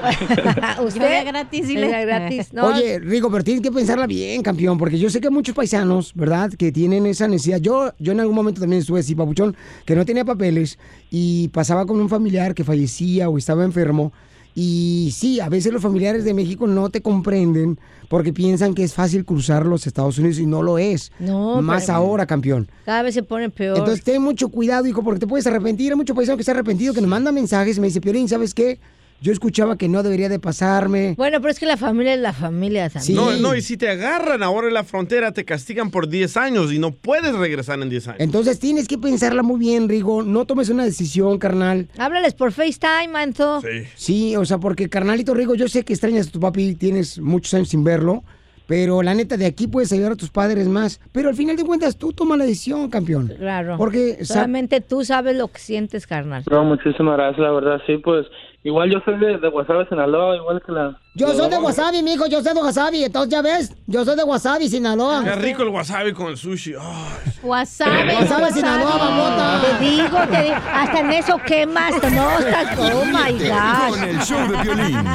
Speaker 16: [laughs] ¿Usted?
Speaker 2: Era gratis, dile.
Speaker 16: Era gratis. No,
Speaker 1: Oye, Rico, pero tienes que pensarla bien, campeón, porque yo sé que muchos paisanos, ¿verdad?, que tienen esa necesidad. Yo, yo en algún momento también estuve así, papuchón, que no tenía papeles y pasaba con un familiar que fallecía o estaba enfermo. Y sí, a veces los familiares de México no te comprenden porque piensan que es fácil cruzar los Estados Unidos y no lo es.
Speaker 16: No,
Speaker 1: Más
Speaker 16: para-
Speaker 1: ahora, campeón.
Speaker 16: Cada vez se pone peor.
Speaker 1: Entonces ten mucho cuidado, hijo, porque te puedes arrepentir. Hay mucho paisano que se ha arrepentido, que nos manda mensajes y me dice, Piolín, ¿sabes qué? Yo escuchaba que no debería de pasarme.
Speaker 16: Bueno, pero es que la familia es la familia también.
Speaker 5: No, no, y si te agarran ahora en la frontera, te castigan por 10 años y no puedes regresar en 10 años.
Speaker 1: Entonces tienes que pensarla muy bien, Rigo. No tomes una decisión, carnal.
Speaker 16: Háblales por FaceTime, Manto.
Speaker 1: Sí, o sea, porque carnalito Rigo, yo sé que extrañas a tu papi, tienes muchos años sin verlo, pero la neta, de aquí puedes ayudar a tus padres más. Pero al final de cuentas, tú toma la decisión, campeón.
Speaker 16: Claro.
Speaker 1: Porque, sa-
Speaker 16: solamente tú sabes lo que sientes, carnal.
Speaker 17: No, muchísimas gracias, la verdad, sí, pues Igual yo soy de, de Guasave, Sinaloa, igual que la...
Speaker 13: Yo
Speaker 17: la
Speaker 13: soy de
Speaker 17: Bárbara.
Speaker 13: Wasabi, mijo, yo soy de Wasabi. Entonces, ya ves, yo soy de Wasabi, Sinaloa.
Speaker 5: Qué rico el wasabi con el sushi. Ah, Ay.
Speaker 2: Wasabi.
Speaker 13: Wasabi, Sinaloa,
Speaker 16: babota. Te digo, te digo, hasta en eso quemas, no, estás,
Speaker 1: [laughs]
Speaker 16: oh my
Speaker 6: Con el
Speaker 16: gosh.
Speaker 6: show de violín.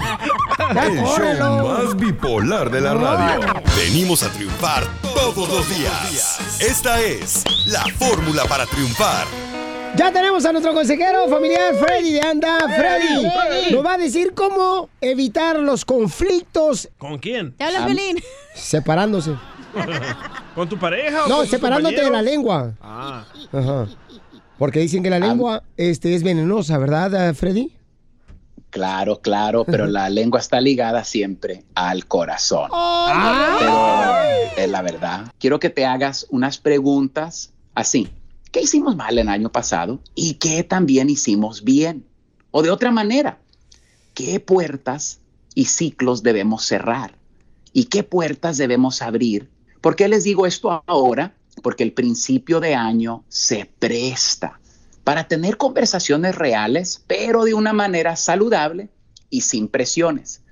Speaker 16: Ya
Speaker 6: El
Speaker 16: córrelo.
Speaker 6: show más bipolar de la radio. Venimos a triunfar todos los días. Esta es la fórmula para triunfar.
Speaker 1: Ya tenemos a nuestro consejero familiar Freddy de Anda.
Speaker 6: Freddy.
Speaker 1: Freddy nos va a decir cómo evitar los conflictos.
Speaker 5: ¿Con quién?
Speaker 1: Te habla, Piolín. Separándose.
Speaker 5: [laughs] ¿Con tu pareja? o
Speaker 1: No,
Speaker 5: con tus
Speaker 1: separándote de la
Speaker 5: compañeros?
Speaker 1: lengua.
Speaker 5: Ah.
Speaker 1: Ajá. Porque dicen que la lengua este, es venenosa, ¿verdad, eh, Freddy?
Speaker 18: Claro, claro, pero la lengua está ligada siempre al corazón. Pero es la verdad. Quiero que te hagas unas preguntas así. ¿Qué hicimos mal el año pasado y qué también hicimos bien? O de otra manera, ¿qué puertas y ciclos debemos cerrar? ¿Y qué puertas debemos abrir? ¿Por qué les digo esto ahora? Porque el principio de año se presta para tener conversaciones reales, pero de una manera saludable y sin presiones.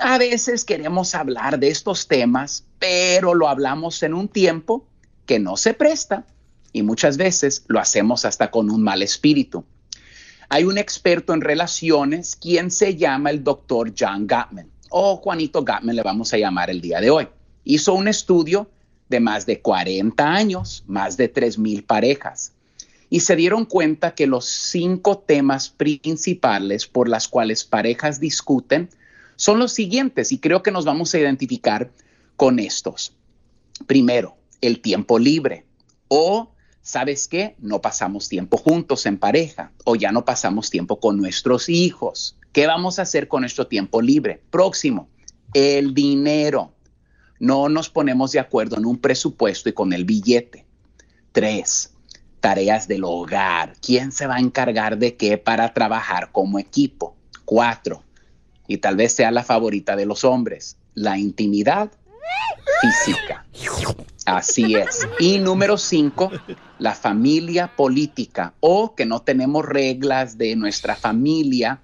Speaker 18: A veces queremos hablar de estos temas, pero lo hablamos en un tiempo que no se presta y muchas veces lo hacemos hasta con un mal espíritu. Hay un experto en relaciones quien se llama el doctor John Gottman o Juanito Gottman le vamos a llamar el día de hoy. Hizo un estudio de más de 40 años, más de 3.000 parejas y se dieron cuenta que los cinco temas principales por las cuales parejas discuten son los siguientes y creo que nos vamos a identificar con estos. Primero, el tiempo libre o, ¿sabes qué? No pasamos tiempo juntos en pareja o ya no pasamos tiempo con nuestros hijos. ¿Qué vamos a hacer con nuestro tiempo libre? Próximo, el dinero. No nos ponemos de acuerdo en un presupuesto y con el billete. Tres, tareas del hogar. ¿Quién se va a encargar de qué para trabajar como equipo? Cuatro, y tal vez sea la favorita de los hombres, la intimidad física. Así es. Y número cinco, la familia política o que no tenemos reglas de nuestra familia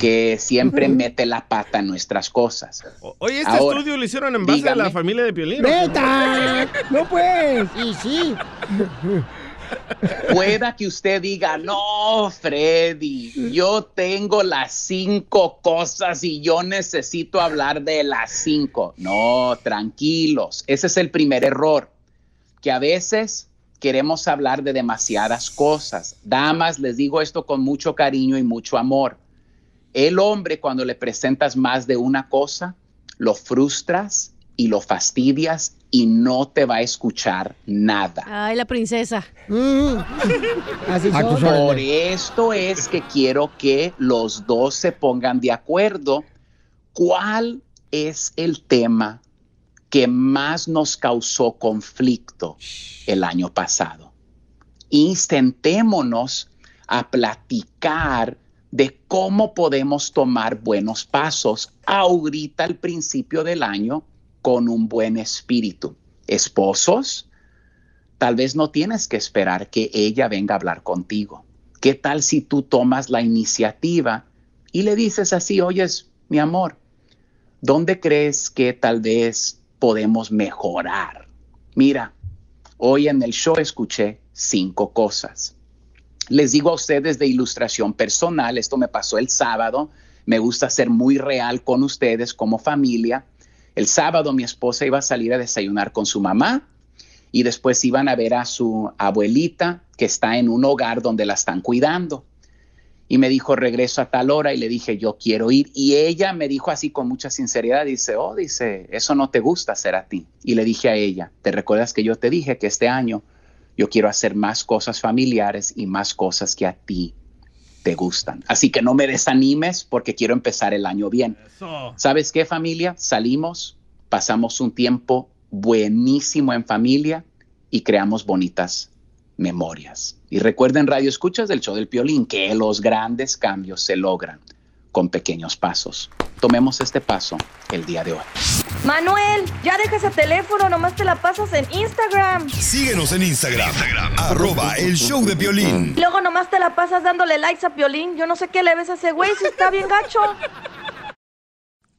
Speaker 18: que siempre mete la pata en nuestras cosas.
Speaker 5: Oye, este
Speaker 18: Ahora,
Speaker 5: estudio lo hicieron en base a la
Speaker 18: dígame.
Speaker 5: familia de Piolín.
Speaker 18: ¡Neta!
Speaker 1: [laughs] ¡No pues! Y sí.
Speaker 18: pueda que usted diga, no, Freddy, yo tengo las cinco cosas y yo necesito hablar de las cinco. No, tranquilos, ese es el primer error, que a veces queremos hablar de demasiadas cosas. Damas, les digo esto con mucho cariño y mucho amor. El hombre cuando le presentas más de una cosa, lo frustras y lo fastidias y no te va a escuchar nada.
Speaker 2: [laughs] Ay, la princesa.
Speaker 1: Mm.
Speaker 2: [laughs]
Speaker 1: Así
Speaker 2: son.
Speaker 18: Por esto es que quiero que los dos se pongan de acuerdo cuál es el tema que más nos causó conflicto el año pasado. Intentémonos a platicar de cómo podemos tomar buenos pasos ahorita al principio del año con un buen espíritu. Esposos, tal vez no tienes que esperar que ella venga a hablar contigo. ¿Qué tal si tú tomas la iniciativa y le dices así, oyes, mi amor, ¿dónde crees que tal vez podemos mejorar? Mira, hoy en el show escuché cinco cosas. Les digo a ustedes de ilustración personal, esto me pasó el sábado, me gusta ser muy real con ustedes como familia. El sábado mi esposa iba a salir a desayunar con su mamá, y después iban a ver a su abuelita que está en un hogar donde la están cuidando. Y me dijo, regreso a tal hora y le dije, yo quiero ir. Y ella me dijo así con mucha sinceridad, dice, oh, dice, eso no te gusta hacer a ti. Y le dije a ella, ¿te recuerdas que yo te dije que este año yo quiero hacer más cosas familiares y más cosas que a ti te gustan? Así que no me desanimes porque quiero empezar el año bien. ¿Sabes qué familia? Salimos, pasamos un tiempo buenísimo en familia y creamos bonitas memorias. Y recuerden, Radio Escuchas del Show del Piolín, que los grandes cambios se logran con pequeños pasos. Tomemos este paso el día de hoy.
Speaker 19: Manuel, ya deja ese teléfono, nomás te la pasas en Instagram.
Speaker 6: Síguenos en Instagram, arroba el show de violín.
Speaker 19: Y luego nomás te la pasas dándole likes a Piolín. Yo no sé qué le ves a ese güey si está bien gacho.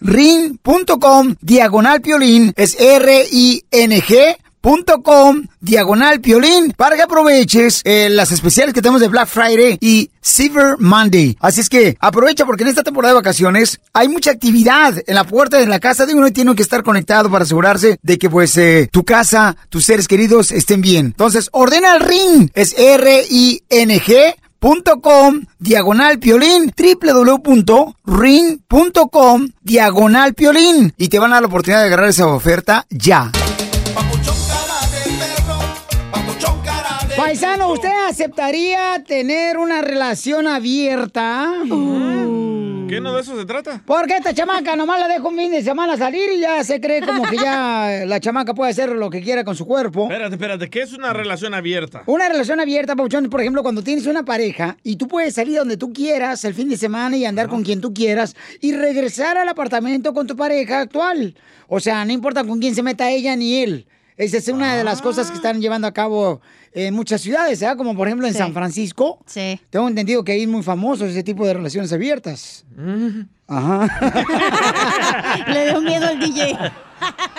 Speaker 20: ring.com diagonal piolín es R-I-N-G.com diagonal piolín para que aproveches eh, las especiales que tenemos de Black Friday y Silver Monday. Así es que aprovecha porque en esta temporada de vacaciones hay mucha actividad en la puerta de la casa de uno y tiene que estar conectado para asegurarse de que pues eh, tu casa, tus seres queridos estén bien. Entonces ordena el ring es R-I-N-G ring.com diagonal piolín www.ring.com diagonal piolín y te van a dar la oportunidad de agarrar esa oferta ya.
Speaker 1: Paisano, ¿usted aceptaría tener una relación abierta?
Speaker 5: ¿Qué no de eso se trata?
Speaker 1: Porque esta chamaca nomás la dejo un fin de semana salir y ya se cree como que ya la chamaca puede hacer lo que quiera con su cuerpo.
Speaker 5: Espérate, espérate, ¿qué es una relación abierta?
Speaker 1: Una relación abierta, Pauchón, por ejemplo, cuando tienes una pareja y tú puedes salir donde tú quieras el fin de semana y andar con quien tú quieras y regresar al apartamento con tu pareja actual. O sea, no importa con quién se meta ella ni él. Esa es una de las cosas que están llevando a cabo en muchas ciudades, ¿verdad? Como por ejemplo en San Francisco. Sí. Tengo entendido que ahí es muy famoso ese tipo de relaciones abiertas. Ajá.
Speaker 2: [laughs] Le dio miedo al DJ.
Speaker 5: [laughs]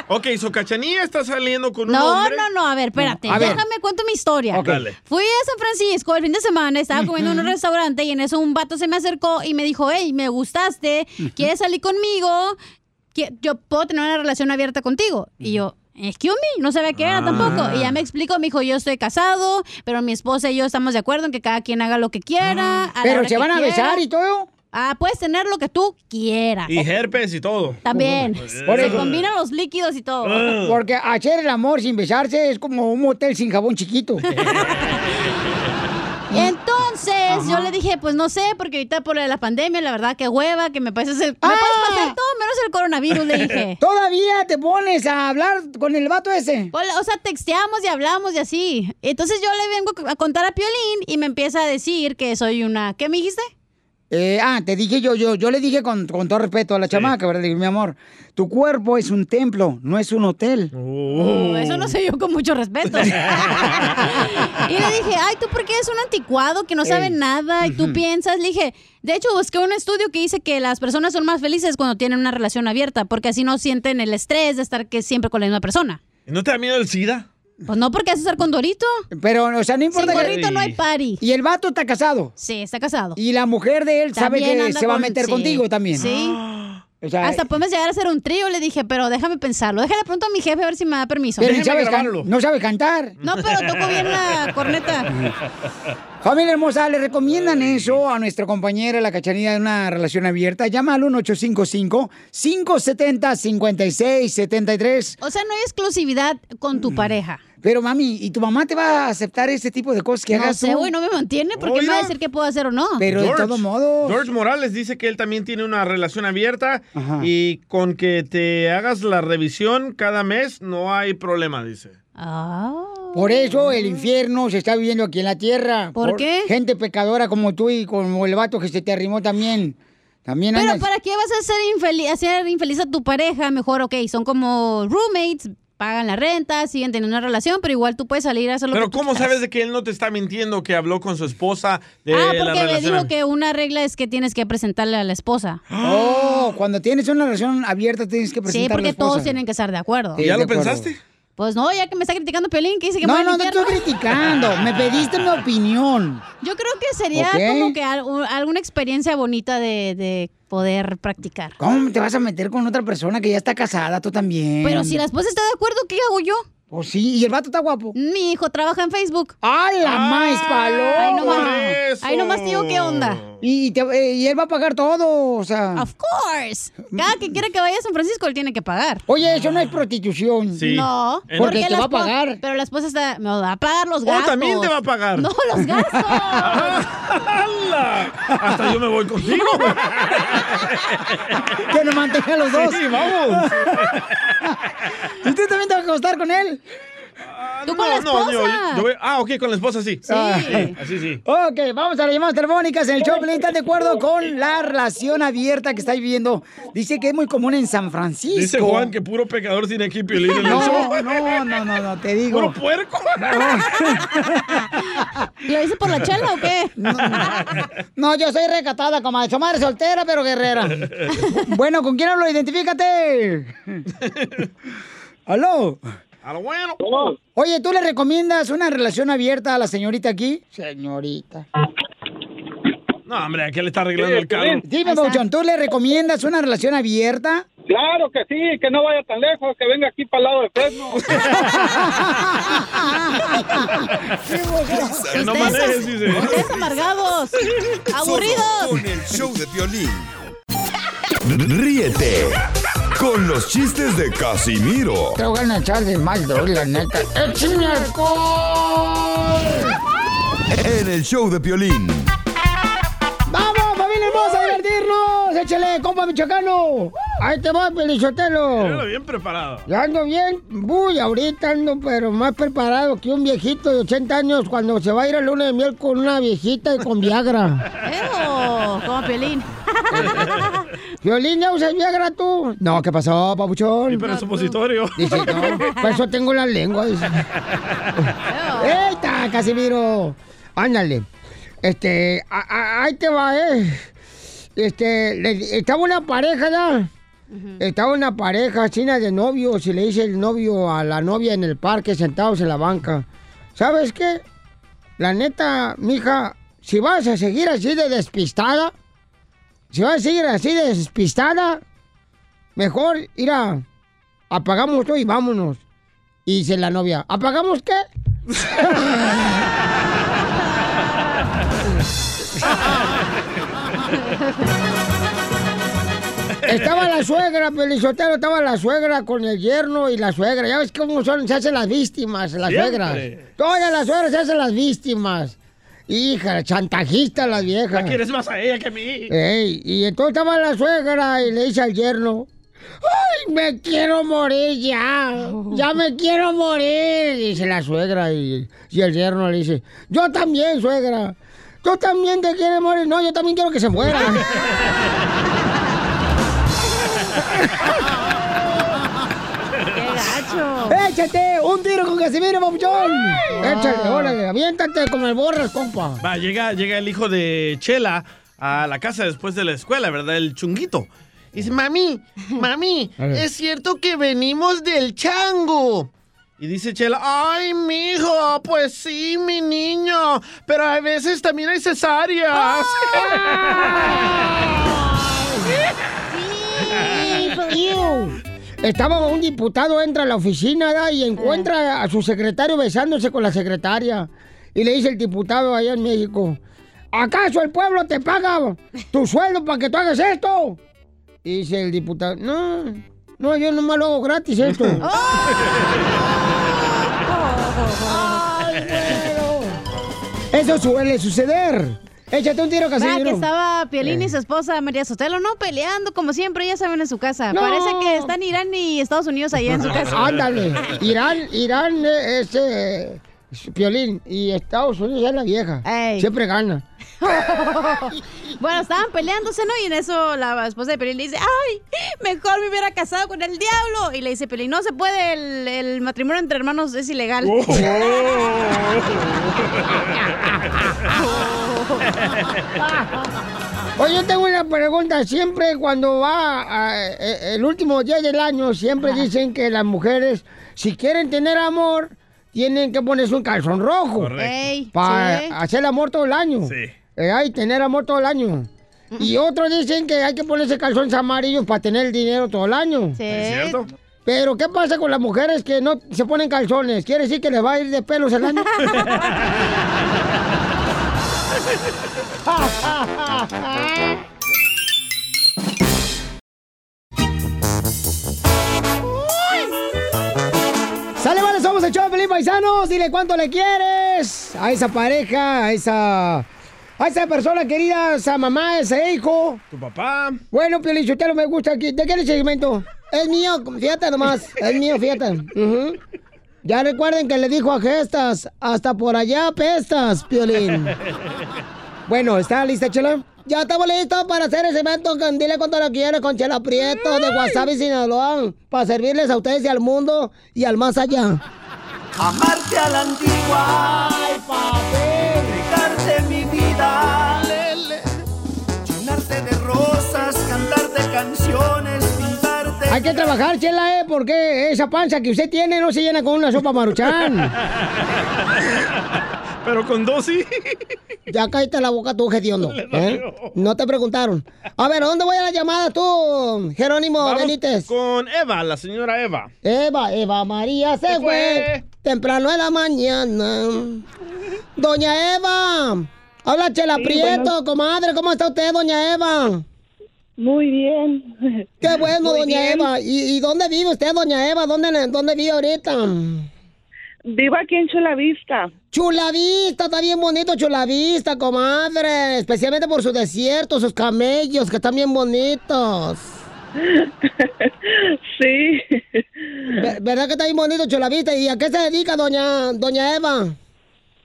Speaker 5: Ok, so Cachanilla está saliendo con un
Speaker 2: No,
Speaker 5: hombre.
Speaker 2: no, no, a ver, espérate.
Speaker 5: A ver.
Speaker 2: Déjame cuento mi historia.
Speaker 5: Ok. Dale.
Speaker 2: Fui a San Francisco el fin de semana, estaba comiendo en un restaurante y en eso un vato se me acercó y me dijo, hey, me gustaste, ¿quieres salir conmigo? Que- Yo puedo tener una relación abierta contigo. Y yo... Excuse me, no sabía qué era
Speaker 1: Ah.
Speaker 2: tampoco. Y ya me explicó, me dijo, yo estoy casado, pero mi esposa y yo estamos de acuerdo en que cada quien haga lo que quiera. a la
Speaker 1: Ah. Pero
Speaker 2: hora
Speaker 1: se
Speaker 2: que
Speaker 1: van a
Speaker 2: quiera".
Speaker 1: besar y todo.
Speaker 2: Ah, puedes tener lo que tú quieras.
Speaker 5: Y herpes y todo.
Speaker 2: También.
Speaker 1: Por
Speaker 2: se
Speaker 1: eso. Ah.
Speaker 2: combinan los líquidos y todo.
Speaker 1: Porque hacer el amor sin besarse es como un motel sin jabón chiquito.
Speaker 2: Entonces, yo le dije, pues no sé, porque ahorita por lo de la pandemia, la verdad, que hueva, que me pases el... Me puedes pasar todo menos el coronavirus, le dije.
Speaker 1: Ah. [laughs] Todavía te pones a hablar con el vato ese.
Speaker 2: Hola, O sea, texteamos y hablamos y así. Entonces yo le vengo a contar a Piolín y me empieza a decir que soy una... ¿Qué me dijiste?
Speaker 1: Eh, ah, te dije yo, yo, yo le dije con, con todo respeto a la chamaca, ¿verdad? Le dije, mi amor, tu cuerpo es un templo, no es un hotel.
Speaker 2: Oh, eso no sé yo con mucho respeto. Y le dije, ay, ¿tú por qué eres un anticuado que no sabe nada? Y tú piensas, le dije, de hecho, busqué un estudio que dice que las personas son más felices cuando tienen una relación abierta, porque así no sienten el estrés de estar que siempre con la misma persona.
Speaker 5: ¿No te da miedo el SIDA?
Speaker 2: Pues no, porque haces estar con Dorito.
Speaker 1: Pero, o sea, no importa.
Speaker 2: Sin gorrito no hay party.
Speaker 1: Y el vato está casado.
Speaker 2: Sí, está casado.
Speaker 1: Y la mujer de él sabe
Speaker 2: También
Speaker 1: que
Speaker 2: anda
Speaker 1: se va a
Speaker 2: con-
Speaker 1: meter
Speaker 2: sí,
Speaker 1: contigo también.
Speaker 2: sí.
Speaker 1: O sea, eh,
Speaker 2: Hasta podemos llegar a ser un trío, le dije, pero déjame pensarlo. Déjale pronto a mi jefe a ver si me da permiso.
Speaker 1: pero ni sabes can- no sabe cantar.
Speaker 2: No, pero toco bien la corneta.
Speaker 1: Familia hermosa, le recomiendan eso a nuestra compañera, la cachanilla de una relación abierta. Llama al 1855-570-5673.
Speaker 2: O sea, no hay exclusividad con tu pareja.
Speaker 1: Mm. Pero mami, ¿y tu mamá te va a aceptar este tipo de cosas que
Speaker 2: No
Speaker 1: hagas
Speaker 2: sé,
Speaker 1: tú?
Speaker 2: güey, no me mantiene porque me va a decir qué puedo hacer o no.
Speaker 5: George- George Morales dice que él también tiene una relación abierta y con que te hagas la revisión cada mes no hay problema, dice.
Speaker 2: Ah.
Speaker 1: Por eso el infierno se está viviendo aquí en la tierra.
Speaker 2: ¿Por qué?
Speaker 1: Gente pecadora como tú y como el vato que se te arrimó también. También
Speaker 2: Pero
Speaker 1: andas-
Speaker 2: ¿para qué vas a hacer infeliz, hacer infeliz a tu pareja? Mejor, ok, son como roommates, pagan la renta, siguen teniendo una relación, pero igual tú puedes salir a hacer lo
Speaker 5: Pero
Speaker 2: que tú
Speaker 5: ¿cómo
Speaker 2: quieras.
Speaker 5: sabes de que él no te está mintiendo que habló con su esposa de
Speaker 1: Eh,
Speaker 2: Ah,
Speaker 5: la
Speaker 2: porque me
Speaker 5: relación?
Speaker 2: dijo que una regla es que tienes que presentarle a la esposa.
Speaker 1: Oh, cuando tienes una relación abierta tienes que
Speaker 2: Sí,
Speaker 1: presentar a la
Speaker 2: porque todos
Speaker 1: esposa.
Speaker 2: tienen que estar de acuerdo.
Speaker 1: Sí, ¿Ya lo de acuerdo. pensaste?
Speaker 2: Pues no, ya que me está criticando Piolín, que dice que me
Speaker 1: No,
Speaker 2: voy al
Speaker 1: no te estoy
Speaker 2: infierno.
Speaker 1: criticando. Me pediste mi opinión.
Speaker 2: Yo creo que sería
Speaker 1: Ok.
Speaker 2: como que al- un- alguna experiencia bonita de, de poder practicar.
Speaker 1: ¿Cómo te vas a meter con otra persona que ya está casada tú también?
Speaker 2: Pero si la esposa está de acuerdo, ¿qué hago yo?
Speaker 1: Pues sí, y el vato está guapo.
Speaker 2: Mi hijo trabaja en Facebook.
Speaker 1: Ah, ¡Ay, la más paloma!
Speaker 2: Ahí nomás,
Speaker 1: Por eso.
Speaker 2: ahí nomás te digo qué onda.
Speaker 13: Y, te- eh, y él va a pagar todo, o sea.
Speaker 2: Of course. Cada que quiera que vaya a San Francisco, él tiene que pagar.
Speaker 13: Oye, eso no es prostitución.
Speaker 5: Sí.
Speaker 2: No.
Speaker 5: Porque
Speaker 2: la
Speaker 5: te va a
Speaker 2: espo-
Speaker 5: pagar.
Speaker 2: Pero la esposa está, me va a pagar los
Speaker 5: Oh,
Speaker 2: gastos.
Speaker 5: también te va a pagar.
Speaker 2: No, los gastos.
Speaker 5: ¡Hala! Hasta yo me voy contigo.
Speaker 13: [laughs] Que nos mantenga los dos.
Speaker 5: Sí, vamos.
Speaker 13: ¿Y [laughs] usted también te va a acostar con él?
Speaker 5: No, no, yo- yo voy- ah, ok, con la esposa sí.
Speaker 13: Ah.
Speaker 5: así sí.
Speaker 13: Ok, vamos a las llamadas telefónicas en el show. Pelín, ¿Están de acuerdo con la relación abierta que está viviendo? Dice que es muy común en San Francisco.
Speaker 5: Dice Juan que puro pecador tiene aquí piolín en el show.
Speaker 13: No, no, no, no, no, te digo.
Speaker 5: ¿Puro puerco?
Speaker 13: [laughs] ¿Lo hice por la chela o qué? No, no, yo soy recatada, comadre. Soy madre soltera, pero guerrera. Bueno, ¿con quién hablo? Identifícate. ¿Aló?
Speaker 5: A lo bueno.
Speaker 13: Oye, ¿tú le recomiendas una relación abierta a la señorita aquí? Señorita.
Speaker 5: No, hombre, aquí le está arreglando el carro.
Speaker 13: Dime, Bouchon, ¿tú le recomiendas una relación abierta?
Speaker 15: Claro que sí, que no vaya tan lejos, que venga aquí para el lado de
Speaker 6: [laughs]
Speaker 15: Fresno.
Speaker 6: Que no [laughs] manejes, dice.
Speaker 2: Ustedes
Speaker 5: [laughs]
Speaker 2: amargados.
Speaker 6: Solo
Speaker 2: Aburridos.
Speaker 6: Con el show de violín. Ríete con los chistes de Casimiro
Speaker 13: Te voy a echar de mal, la neta. ¡Eh, ¡Échame
Speaker 6: en el show de violín.
Speaker 13: ¡Vamos, familia hermosa, a divertirnos! ¡Échale, compa michoacano!
Speaker 1: Ahí te va,
Speaker 5: Míralo
Speaker 1: Pelichotelo.
Speaker 5: bien preparado.
Speaker 1: Ya ando bien, uy, ahorita ando, pero más preparado que un viejito de 80 años cuando se va a ir a luna de miel con una viejita y con Viagra.
Speaker 5: [laughs]
Speaker 2: Ew, como pelín.
Speaker 1: Violín, ¿ya usas Viagra tú? No, ¿qué pasó, papuchón?
Speaker 5: Sí, pero es supositorio.
Speaker 1: Dice, no, por
Speaker 2: pues,
Speaker 1: eso tengo la lengua. Dice. ¡Eita, Casimiro! Ándale. Este, a- a- ahí te va, ¿eh? Este, le- estaba una pareja, ¿ya? Estaba una pareja china de novios y le dice el novio a la novia en el parque sentados en la banca. ¿Sabes qué? La neta, mija, si vas a seguir así de despistada, si vas a seguir así de despistada, mejor ir a... Apagamos todo y vámonos. Y dice la novia, ¿apagamos qué?
Speaker 5: [laughs]
Speaker 1: Estaba la suegra, Pelizotero, estaba la suegra con el yerno y la suegra. Ya ves cómo son, se hacen las víctimas, las
Speaker 12: Siempre.
Speaker 1: suegras. Todas las suegras se hacen las víctimas. Hija, chantajista las viejas.
Speaker 5: La quieres más a ella que a mí.
Speaker 1: Ey, y entonces estaba la suegra y le dice al yerno, ¡ay, me quiero morir ya! ¡Ya me quiero morir! Dice la suegra y, y el yerno le dice, yo también, suegra. ¿Tú también te quieres morir? No, yo también quiero que se muera.
Speaker 12: ¡Qué gacho!
Speaker 1: ¡Échate un tiro con Casimiro, papuchón! ¡Échate, órale! ¡Aviéntate como el borras, compa!
Speaker 5: Va, llega, llega el hijo de Chela a la casa después de la escuela, ¿verdad? El chunguito. Y dice, mami, mami, es cierto que venimos del chango. Y dice Chela, ay, mijo, pues sí, mi niño, pero a veces también hay cesáreas.
Speaker 1: Iu. Estaba un diputado, entra a la oficina ¿da? y encuentra
Speaker 2: Ah.
Speaker 1: a su secretario besándose con la secretaria. Y le dice el diputado allá en México, ¿acaso el pueblo te paga tu sueldo para que tú hagas esto? Y dice el diputado, no, no, yo nomás lo hago
Speaker 2: [laughs]
Speaker 1: gratis esto. Eso suele suceder. Échate un tiro, Eh.
Speaker 2: Va,
Speaker 1: Casimiro.
Speaker 2: que estaba Piolín y su esposa María Sotelo, ¿no? Peleando, como siempre, ya saben, en su casa.
Speaker 1: No.
Speaker 2: Parece que están Irán y Estados Unidos allá
Speaker 1: [laughs]
Speaker 2: en su casa.
Speaker 1: Ándale. Irán, Irán eh, es eh, es Piolín y Estados Unidos es la vieja. Siempre gana.
Speaker 2: [laughs] bueno, estaban peleándose, ¿no? Y en eso la esposa de Pelín le dice, ay, mejor me hubiera casado con el diablo. Y le dice Pelín, no se puede, el, el matrimonio entre hermanos es ilegal.
Speaker 12: Oh.
Speaker 1: Oye, yo tengo una pregunta. Siempre cuando va a, eh, el último día del año, siempre dicen que las mujeres, si quieren tener amor, tienen que ponerse un calzón rojo.
Speaker 12: Correcto. Ey,
Speaker 1: Para
Speaker 12: sí.
Speaker 1: hacer amor todo el año.
Speaker 12: Sí.
Speaker 1: Eh, hay tener amor todo el año. Y otros dicen que hay que ponerse calzones amarillos para tener el dinero todo el año. Sí.
Speaker 12: ¿Es cierto?
Speaker 1: Pero, ¿qué pasa con las mujeres que no
Speaker 12: [laughs]
Speaker 1: se ponen calzones? ¿Quiere decir que les va a ir de pelos el año? ¡Sale, vale! Somos el show de Pelín, Paisanos. Dile cuánto le quieres a esa pareja, a esa... A esa persona querida, a esa mamá, a ese hijo.
Speaker 5: Tu papá.
Speaker 1: Bueno, Piolín, usted me gusta aquí. ¿De qué es el segmento? Es mío, fíjate nomás. Es mío, fíjate. Ujú. Ya recuerden que le dijo a Gestas, hasta por allá pestas, Piolín. Bueno, ¿está lista, Chela? Ya estamos listos para hacer ese evento con Dile Cuánto Lo Quieres con Chela Prieto de Wasabi Sinaloa para servirles a ustedes y al mundo y al más allá.
Speaker 12: Amarte a la antigua. Ay, papel. Entregarte mi vida. Llenarte de rosas, cantarte canciones, pintarte.
Speaker 1: Hay que trabajar, Chela, ¿eh? Porque esa panza que usted tiene no se llena con una sopa maruchan.
Speaker 5: [laughs] Pero con dos sí.
Speaker 1: Ya cállate la boca tú, Gediondo. ¿eh? No te preguntaron. A ver, ¿a ¿dónde voy a la llamada tú, Jerónimo
Speaker 5: Vamos
Speaker 1: Benítez?
Speaker 5: con Eva, la señora Eva.
Speaker 1: Eva, Eva María se,
Speaker 5: Se
Speaker 1: fue.
Speaker 5: fue.
Speaker 1: temprano en la mañana. Doña Eva, habla Chela
Speaker 12: Sí,
Speaker 1: Prieto,
Speaker 12: bueno.
Speaker 1: comadre, ¿cómo está usted, doña Eva? Muy bien.
Speaker 15: [laughs]
Speaker 1: Qué bueno,
Speaker 12: Muy
Speaker 1: doña
Speaker 12: bien.
Speaker 1: Eva. ¿Y, y dónde vive usted, doña Eva? ¿Dónde, dónde vive ahorita? Vivo aquí en Chulavista. Chulavista, está bien bonito Chulavista, comadre. Especialmente por su desierto, sus camellos, que están bien bonitos.
Speaker 15: [laughs]
Speaker 1: Sí. ¿Verdad que está bien bonito Chulavista? ¿Y a qué se dedica doña, doña Eva?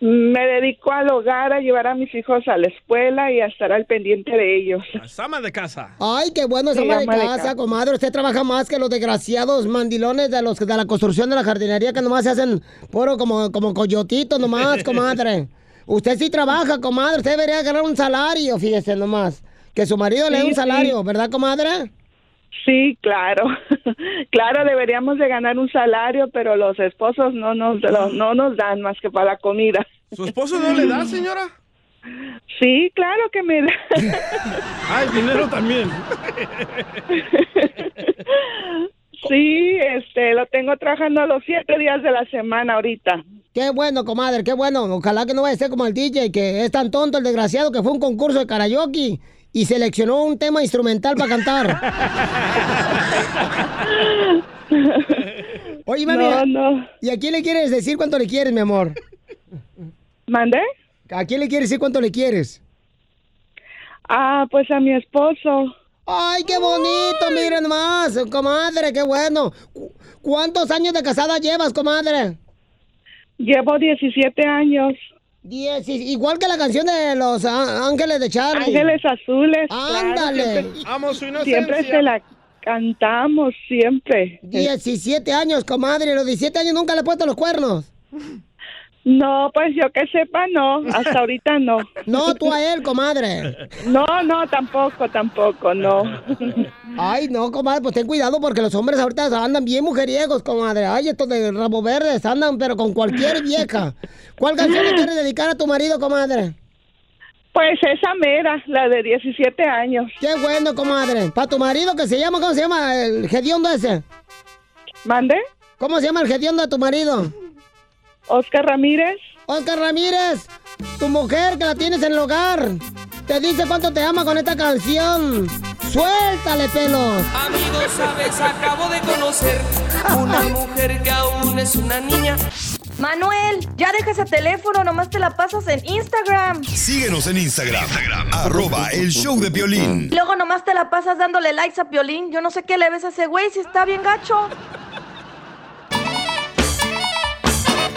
Speaker 15: Me dedico al hogar, a llevar a mis hijos a la escuela y a estar al pendiente de ellos.
Speaker 5: Sama de casa.
Speaker 1: Ay, qué bueno esa
Speaker 15: Sí,
Speaker 1: ama de
Speaker 15: ama de
Speaker 1: casa,
Speaker 15: casa.
Speaker 1: comadre. Usted trabaja más que los desgraciados mandilones de los de la construcción de la jardinería que nomás se hacen puro como, como coyotitos
Speaker 15: [laughs]
Speaker 1: nomás, comadre. Usted sí trabaja, comadre. Usted debería ganar un salario, fíjese nomás. Que su marido le dé
Speaker 15: Sí,
Speaker 1: un
Speaker 15: sí.
Speaker 1: salario, ¿verdad, comadre?
Speaker 15: Sí, claro. [laughs] claro, deberíamos de ganar un salario, pero los esposos no nos, lo- no nos dan más que para la comida.
Speaker 5: ¿Su esposo no le da, señora?
Speaker 15: Sí, claro que me da.
Speaker 5: Ah, el dinero también.
Speaker 15: sí, este, lo tengo trabajando los siete días de la semana ahorita.
Speaker 1: Qué bueno, comadre, qué bueno. Ojalá que no vaya a ser como el DJ, que es tan tonto el desgraciado que fue a un concurso de karaoke y seleccionó un tema instrumental
Speaker 15: [laughs]
Speaker 1: para cantar. Oye, mami.
Speaker 12: No,
Speaker 1: ¿Y a quién le quieres decir cuánto le quieres, mi amor? ¿Mandé? ¿A quién le quieres decir cuánto le quieres? Ah, pues a mi esposo. ¡Ay, qué bonito! Miren más, comadre, qué bueno. ¿Cu- ¿Cuántos años de casada llevas, comadre? Llevo 17 años. igual que la canción de los á- Ángeles de Charlie.
Speaker 15: Ángeles Azules. claro,
Speaker 1: Ándale.
Speaker 15: siempre-
Speaker 5: Amo su
Speaker 15: Siempre se la cantamos, siempre.
Speaker 1: 17 años, comadre. Los 17 años nunca le he puesto los cuernos.
Speaker 15: No, pues yo que sepa, no. Hasta ahorita no.
Speaker 1: No, tú a él, comadre.
Speaker 15: No, no, tampoco, tampoco, no.
Speaker 1: Ay, no, comadre, pues ten cuidado porque los hombres ahorita andan bien mujeriegos, comadre. Ay, estos de rabo verdes andan, pero con cualquier vieja.
Speaker 15: [laughs]
Speaker 1: ¿Cuál canción le quieres dedicar a tu marido, comadre?
Speaker 15: Pues esa mera, la de 17 años.
Speaker 1: Qué bueno, comadre. ¿Para tu marido que se llama, cómo se llama el gediondo ese? ¿Mande? ¿Cómo se llama el gediondo de tu marido? Oscar Ramírez. Oscar Ramírez, tu mujer que la tienes en el hogar, te dice cuánto te ama con esta canción. Suéltale, pelos.
Speaker 12: Amigo, sabes, acabo de conocer
Speaker 19: [laughs]
Speaker 12: una mujer que aún es una niña.
Speaker 19: Manuel, ya deja ese teléfono, nomás te la pasas en Instagram.
Speaker 6: Síguenos en Instagram, arroba el show de
Speaker 19: Y
Speaker 6: violín.
Speaker 19: Luego nomás te la pasas dándole likes a Piolín. Yo no sé qué le ves a ese güey si está bien gacho.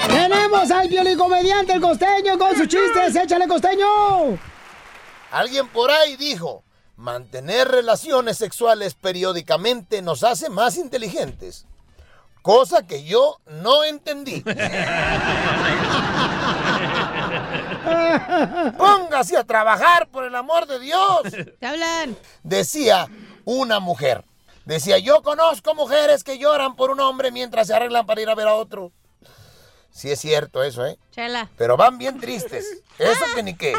Speaker 1: Tenemos al violín comediante, el costeño, con sus chistes. Échale, costeño.
Speaker 4: Alguien por ahí dijo, mantener relaciones sexuales periódicamente nos hace más inteligentes. Cosa que yo no
Speaker 6: [laughs]
Speaker 4: entendí. [laughs] Póngase a trabajar, por el amor de Dios.
Speaker 2: Te hablan.
Speaker 4: Decía una mujer. Decía, yo conozco mujeres que lloran por un hombre mientras se arreglan para ir a ver a otro. Sí es cierto eso, ¿eh?
Speaker 2: Chela.
Speaker 4: Pero van bien tristes. Eso que ni
Speaker 14: [laughs]
Speaker 4: qué.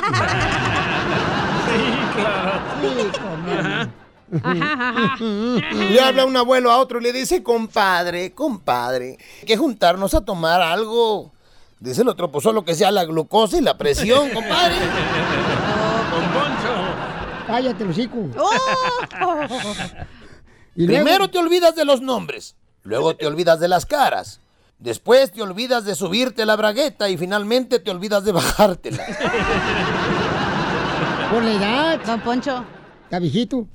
Speaker 4: Le habla un abuelo a otro y le dice, compadre, compadre, hay que juntarnos a tomar algo.
Speaker 14: Dice el otro, pues solo que sea la glucosa y
Speaker 4: [laughs]
Speaker 14: la presión, compadre.
Speaker 12: Cállate, hocico.
Speaker 14: Y luego- Oh. Primero te olvidas de los nombres, luego te olvidas de las caras, después te olvidas de subirte la bragueta y finalmente te olvidas de bajártela.
Speaker 12: Por la edad.
Speaker 2: Don Poncho.
Speaker 12: Está viejito.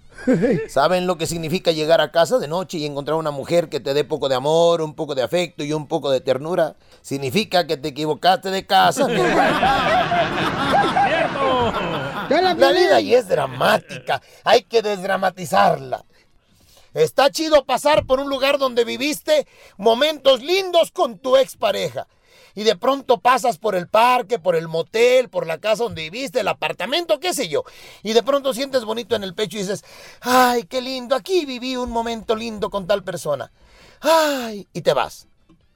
Speaker 14: ¿Saben lo que significa llegar a casa de noche y encontrar una mujer que te dé poco de amor, un poco de afecto y un poco de ternura? Significa que te equivocaste de casa. mi hermano. la vida ahí es dramática, hay que desdramatizarla. Está chido pasar por un lugar donde viviste momentos lindos con tu expareja. Y de pronto pasas por el parque, por el motel, por la casa donde viviste, el apartamento, qué sé yo. Y de pronto sientes bonito en el pecho y dices, ay, qué lindo, aquí viví un momento lindo con tal persona. Ay, y te vas.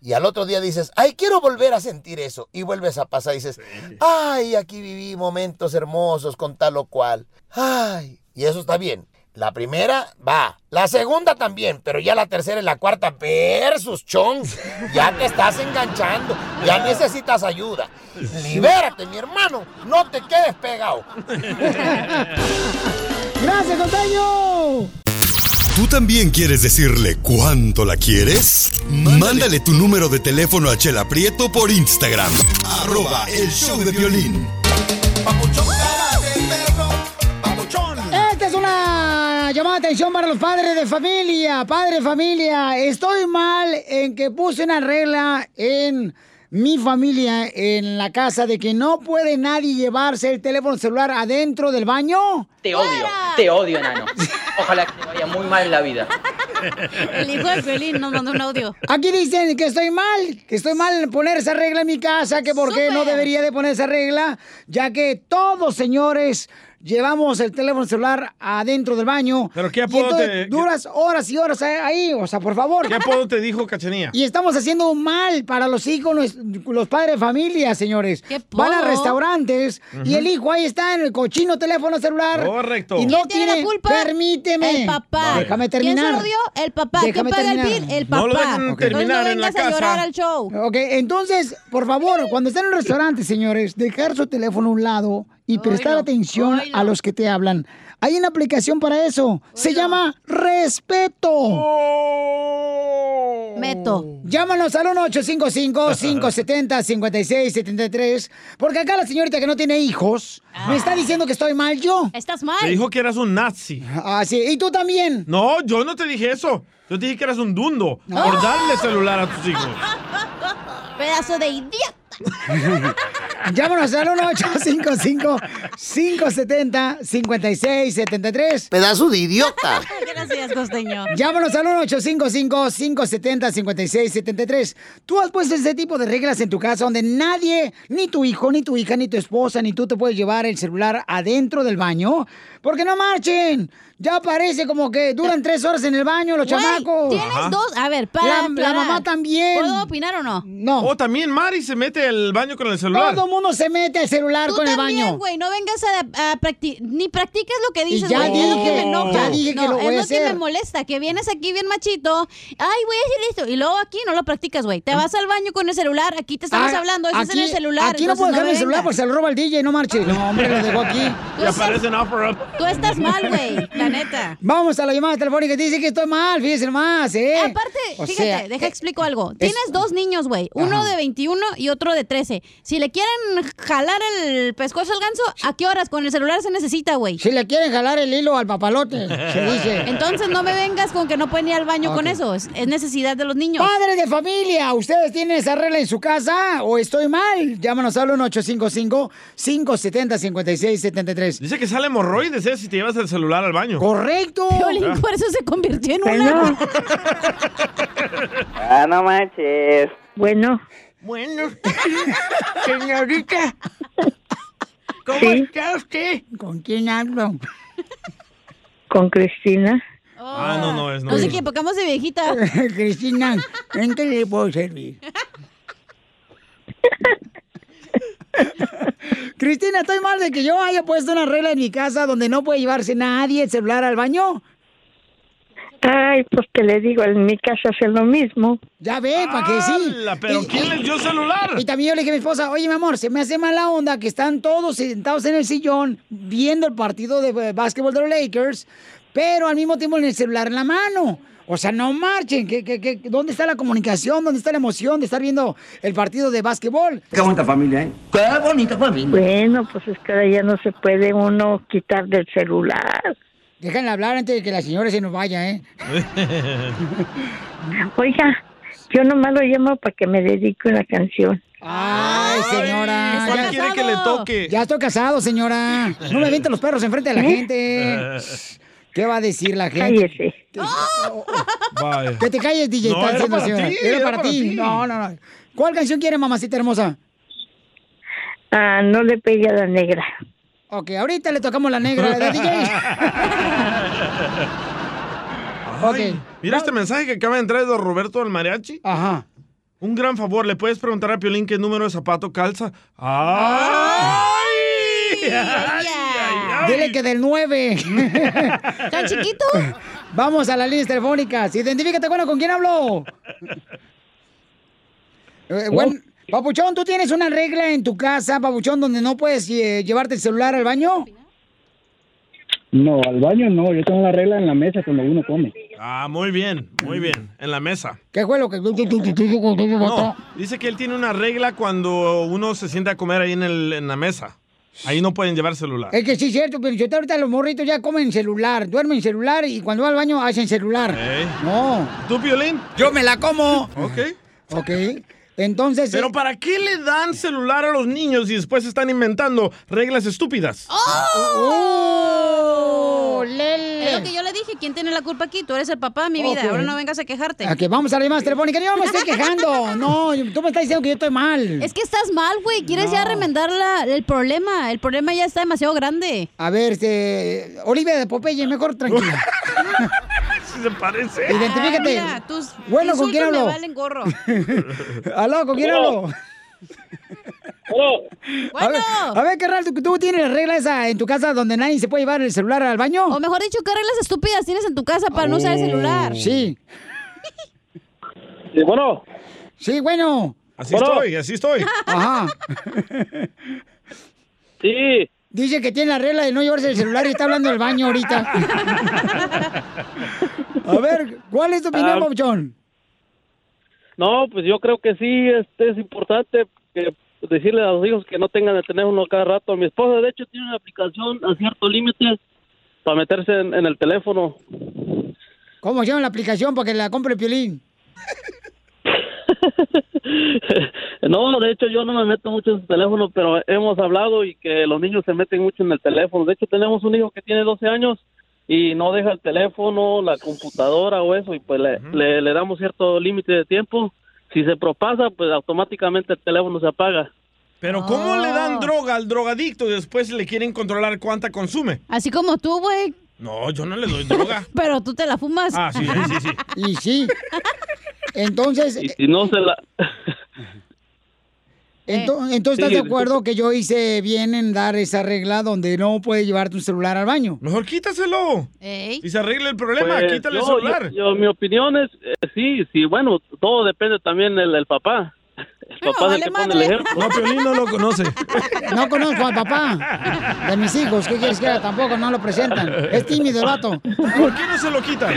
Speaker 14: Y al otro día dices, ay, quiero volver a sentir eso. Y vuelves a pasar y dices, ay, aquí viví momentos hermosos con tal o cual. Ay, y eso está bien. La primera va, la segunda también, pero ya la tercera y la cuarta, versus chong, ya te estás enganchando, ya necesitas ayuda. Libérate, mi hermano, no te quedes pegado.
Speaker 12: ¡Gracias, costeño!
Speaker 6: ¿Tú también quieres decirle cuánto la quieres? Mándale tu número de teléfono a Chela Prieto por Instagram. Arroba el show de violín.
Speaker 1: Esta es una llamada de atención para los padres de familia. Padre de familia, estoy mal en que puse una regla en mi familia, en la casa, de que no puede nadie llevarse el teléfono celular adentro del baño.
Speaker 3: Te odio, te odio, enano. Ojalá que te vaya muy mal en la vida.
Speaker 2: [laughs] El hijo de Piolín nos mandó un audio. [laughs]
Speaker 1: Aquí dicen que estoy mal, que estoy mal en poner esa regla en mi casa, que por qué no debería de poner esa regla, ya que todos, señores, llevamos el teléfono celular adentro del baño. Pero
Speaker 5: qué apodo te-
Speaker 1: duras horas y horas ahí, o sea, por favor.
Speaker 5: ¿Qué apodo te dijo Cachanía?
Speaker 1: Y estamos haciendo un mal para los hijos, los, los padres de familia, señores. Van a
Speaker 5: poco.
Speaker 1: restaurantes y
Speaker 5: Ujú.
Speaker 1: el hijo ahí está en el cochino teléfono celular.
Speaker 5: Correcto.
Speaker 1: Y no
Speaker 5: ¿Quién
Speaker 1: tiene, Permíteme.
Speaker 2: El papá.
Speaker 1: Déjame
Speaker 2: ¿Quién se
Speaker 1: terminar.
Speaker 2: lo dio? El papá. ¿Quién
Speaker 1: Déjame
Speaker 2: paga el
Speaker 1: terminar.
Speaker 2: bill? El papá.
Speaker 1: Ok.
Speaker 2: no vengas a llorar al show.
Speaker 1: Ok, entonces, por favor, cuando estén en el restaurante, señores, dejar su teléfono a un lado y prestar atención a los que te hablan. Hay una aplicación para eso. Se llama Respeto.
Speaker 5: Oh.
Speaker 2: Meto.
Speaker 1: Mm. Llámanos al 1-855-570-5673. Porque acá la señorita que no tiene hijos me está diciendo que estoy mal yo.
Speaker 2: Estás
Speaker 5: Te dijo que eras un nazi.
Speaker 1: Ah, sí. ¿Y tú también?
Speaker 5: No, yo no te dije eso. Yo te dije que eras un dundo
Speaker 1: Ah.
Speaker 5: por darle celular a tus hijos.
Speaker 2: Pedazo de idiota.
Speaker 1: Llámanos al 1-855-570-5673.
Speaker 21: Pedazo de idiota.
Speaker 2: Gracias, costeño.
Speaker 1: Llámanos al 1-855-570-5673. ¿Tú has puesto ese tipo de reglas en tu casa donde nadie, ni tu hijo, ni tu hija, ni tu esposa, ni tú te puedes llevar el celular adentro del baño? Porque no marchen. Ya parece como que duran tres horas en el baño los
Speaker 2: Güey,
Speaker 1: chamacos.
Speaker 2: Tienes dos. ah, A ver, para.
Speaker 1: La- la mamá también.
Speaker 2: ¿Puedo opinar o no?
Speaker 1: No.
Speaker 5: O Oh, también Mari se mete al baño con el celular.
Speaker 1: Todo mundo se mete al celular
Speaker 2: Tú
Speaker 1: con el
Speaker 2: también,
Speaker 1: baño.
Speaker 2: güey, no vengas a, a practi- ni practiques lo que dices,
Speaker 1: ya
Speaker 2: güey, es lo que me
Speaker 1: dije,
Speaker 2: enoja.
Speaker 1: ya dije que
Speaker 2: No,
Speaker 1: lo voy
Speaker 2: es
Speaker 1: a
Speaker 2: lo que me
Speaker 1: hacer.
Speaker 2: molesta, que vienes aquí bien machito, ay, voy a decir esto, y luego aquí no lo practicas, güey. Te vas al baño con el celular, aquí te estamos
Speaker 1: Ah,
Speaker 2: hablando, ese es en el celular.
Speaker 1: Aquí no
Speaker 2: entonces
Speaker 1: puedo dejar
Speaker 2: me
Speaker 1: el celular porque
Speaker 2: vengas.
Speaker 1: se lo roba el DJ,
Speaker 2: [laughs]
Speaker 1: no marche. No, hombre, lo dejo aquí.
Speaker 5: Y aparece en Offer Up.
Speaker 2: Tú estás mal, güey, la neta.
Speaker 1: Vamos a la llamada telefónica. Dice que estoy mal, fíjense más, ¿eh? Aparte,
Speaker 2: Fíjate, deja explico algo. Tienes dos niños, güey. Uno de 21 y otro de 13. Si le quieren jalar el pescozo al ganso, ¿a qué horas? Con el celular se necesita, güey.
Speaker 1: Si le quieren jalar el hilo al
Speaker 5: [laughs]
Speaker 1: papalote, se dice.
Speaker 2: Entonces no me vengas con que no pueden ir al baño con eso. Es, es necesidad de los niños.
Speaker 1: Padres de familia, ¿ustedes tienen esa regla en su casa o estoy mal? Llámanos al 1-855-570-5673.
Speaker 5: Dice que sale hemorroides ¿eh? si te llevas el celular al baño. Ah.
Speaker 1: Correcto.
Speaker 5: Piolín, por
Speaker 2: eso se convirtió en
Speaker 5: una.
Speaker 16: Ah, no manches. Bueno,
Speaker 1: Bueno, [laughs] señorita, ¿cómo
Speaker 16: Sí.
Speaker 1: está usted? ¿Con [laughs] quién hablo?
Speaker 16: con Cristina.
Speaker 5: Ah, no, no es, no.
Speaker 2: No sé
Speaker 5: es.
Speaker 2: qué pecamos de viejita.
Speaker 1: [laughs] Cristina, ¿en qué le puedo
Speaker 2: [laughs]
Speaker 1: servir? Cristina, ¿estoy mal de que yo haya puesto una regla en mi casa donde no puede llevarse nadie el celular al baño?
Speaker 16: Ah, Ay, pues que le digo, en mi casa hacen lo mismo.
Speaker 1: Ya ve, ¿para qué sí?
Speaker 5: ¿Pero quién
Speaker 1: eh.
Speaker 5: les dio
Speaker 1: [laughs]
Speaker 5: celular?
Speaker 1: Y también yo le dije a mi esposa, oye, mi amor, se me hace mala onda que están todos sentados en el sillón viendo el partido de eh, básquetbol de los Lakers, pero al mismo tiempo en el celular en la mano. O sea, no marchen. ¿Qué, qué, qué? dónde está la comunicación? ¿Dónde está la emoción de estar viendo el partido de básquetbol?
Speaker 16: Qué bonita familia, ¿eh? Qué bonita familia. Bueno, pues es que ahora ya no se puede uno quitar del celular.
Speaker 1: Déjenla hablar antes de que la señora se nos vaya, ¿eh?
Speaker 16: Oiga, yo nomás lo llamo para que me dedique una canción.
Speaker 1: Ay, señora.
Speaker 5: ¿Cuál
Speaker 1: ya-
Speaker 5: quiere que le toque?
Speaker 1: Ya estoy casado, señora. No me avienten los perros enfrente de la
Speaker 5: ¿Eh?
Speaker 1: gente. ¿Qué va a decir la gente?
Speaker 16: Cállese.
Speaker 5: Vaya.
Speaker 1: Que te calles, DJ.
Speaker 5: No,
Speaker 1: está
Speaker 5: era
Speaker 1: diciendo
Speaker 5: para
Speaker 1: la señora.
Speaker 5: ti,
Speaker 1: Era
Speaker 5: era
Speaker 1: para
Speaker 5: para
Speaker 1: ti.
Speaker 5: ti.
Speaker 1: No, no, no. ¿Cuál canción quiere, mamacita hermosa?
Speaker 16: Ah, no le pegue a la negra.
Speaker 1: Ok, ahorita le tocamos la negra, ¿verdad, DJ?
Speaker 5: Ay, Mira este mensaje que acaba de entrar de Roberto del Mariachi.
Speaker 1: Ajá.
Speaker 5: Un gran favor, ¿le puedes preguntar a Piolín qué número de zapato calza? ¡Ay!
Speaker 1: Dile que del 9. ¿Tan
Speaker 2: chiquito?
Speaker 1: Vamos a las líneas telefónicas. Identifícate, bueno, ¿con quién hablo? Eh, buen- Papuchón, ¿tú tienes una regla en tu casa, Papuchón, donde no puedes eh, llevarte el celular al baño?
Speaker 8: No, al baño no, yo tengo la regla en la mesa cuando uno come.
Speaker 5: [laughs] Ah, muy bien, muy bien. En la mesa.
Speaker 1: ¿Qué fue lo que.?
Speaker 5: No, dice que él tiene una regla cuando uno se sienta a comer ahí en, el- en la mesa. Ahí no pueden llevar celular.
Speaker 1: Es que sí, es cierto, pero yo ahorita los morritos ya comen celular, duermen celular y cuando va al baño hacen celular. No.
Speaker 5: ¿Tú, Piolín?
Speaker 1: Yo me la como.
Speaker 5: Ok.
Speaker 1: Ok. Entonces. eh,
Speaker 5: Pero ¿para qué le dan celular a los niños y después están inventando reglas estúpidas? [laughs]
Speaker 2: ¡Oh!
Speaker 1: Lele.
Speaker 2: Es lo que yo le dije. ¿Quién tiene la culpa aquí? Tú eres el papá, mi vida.
Speaker 1: Ok.
Speaker 2: Ahora no vengas a quejarte.
Speaker 1: Ok, vamos a las llamadas telefónicas. Yo me estoy quejando. No, tú me estás diciendo que yo estoy mal.
Speaker 2: Es que estás mal, güey. Quieres ya remendar la- el problema. El problema ya está demasiado grande.
Speaker 1: A ver, este. Olivia de Popeye, mejor
Speaker 5: [laughs]
Speaker 1: tranquila.
Speaker 5: Si se parece.
Speaker 1: Identifícate.
Speaker 2: Ah, mira, tus
Speaker 1: Bueno, ¿con quién
Speaker 2: insultos me
Speaker 1: hablo?
Speaker 2: valen gorro.
Speaker 1: [laughs] Aló, ¿con quién hablo? A ver, a ver, carnal, ¿tú, tú tienes la regla esa en tu casa donde nadie se puede llevar el celular al baño?
Speaker 2: O mejor dicho, ¿qué reglas estúpidas tienes en tu casa para no usar el
Speaker 5: Oh.
Speaker 2: celular?
Speaker 1: Sí.
Speaker 8: bueno?
Speaker 1: Sí, bueno.
Speaker 5: Así estoy, así estoy.
Speaker 1: Ajá.
Speaker 8: Sí.
Speaker 1: Dice que tiene la regla de no llevarse el celular y está hablando del baño ahorita. A ver, ¿cuál es tu opinión,
Speaker 8: Ah.
Speaker 1: Papuchón?
Speaker 8: No, pues yo creo que sí, este es importante que decirle a los hijos que no tengan el teléfono cada rato. Mi esposa, de hecho, tiene una aplicación a cierto límite para meterse en, en el teléfono.
Speaker 1: ¿Cómo se llama la aplicación para que la compre Piolín?
Speaker 8: No, de hecho, yo no me meto mucho en su teléfono, pero hemos hablado y que los niños se meten mucho en el teléfono. De hecho, tenemos un hijo que tiene 12 años y no deja el teléfono, la computadora o eso, y pues le, le- le damos cierto límite de tiempo. Si se propasa, pues automáticamente el teléfono se apaga.
Speaker 5: Pero ¿cómo le
Speaker 1: Ah.
Speaker 5: dan droga al drogadicto y después le quieren controlar cuánta consume?
Speaker 2: Así como tú, güey.
Speaker 5: No, yo no le
Speaker 1: [laughs]
Speaker 5: doy droga.
Speaker 2: Pero tú te la fumas.
Speaker 5: Ah, sí, sí, sí.
Speaker 1: Y sí. Entonces,
Speaker 8: Y si no se la...
Speaker 1: ento- entonces
Speaker 8: Sí,
Speaker 1: ¿estás de
Speaker 8: sí.
Speaker 1: acuerdo que yo hice bien en dar esa regla donde no puedes llevar tu celular al baño?
Speaker 5: Mejor quítaselo.
Speaker 2: Ey.
Speaker 5: Y se arregla el problema,
Speaker 8: Pues,
Speaker 5: quítale el
Speaker 8: yo-
Speaker 5: celular.
Speaker 8: Yo, yo- mi opinión es, eh, sí, sí, bueno, todo depende también del, del papá. El papá es el que pone el ejemplo.
Speaker 5: No, Piolín no lo conoce.
Speaker 1: No conozco al papá de mis hijos. ¿Qué quieres que haga? Tampoco no lo presentan. Es tímido el vato.
Speaker 5: ¿Por qué no se lo quitas?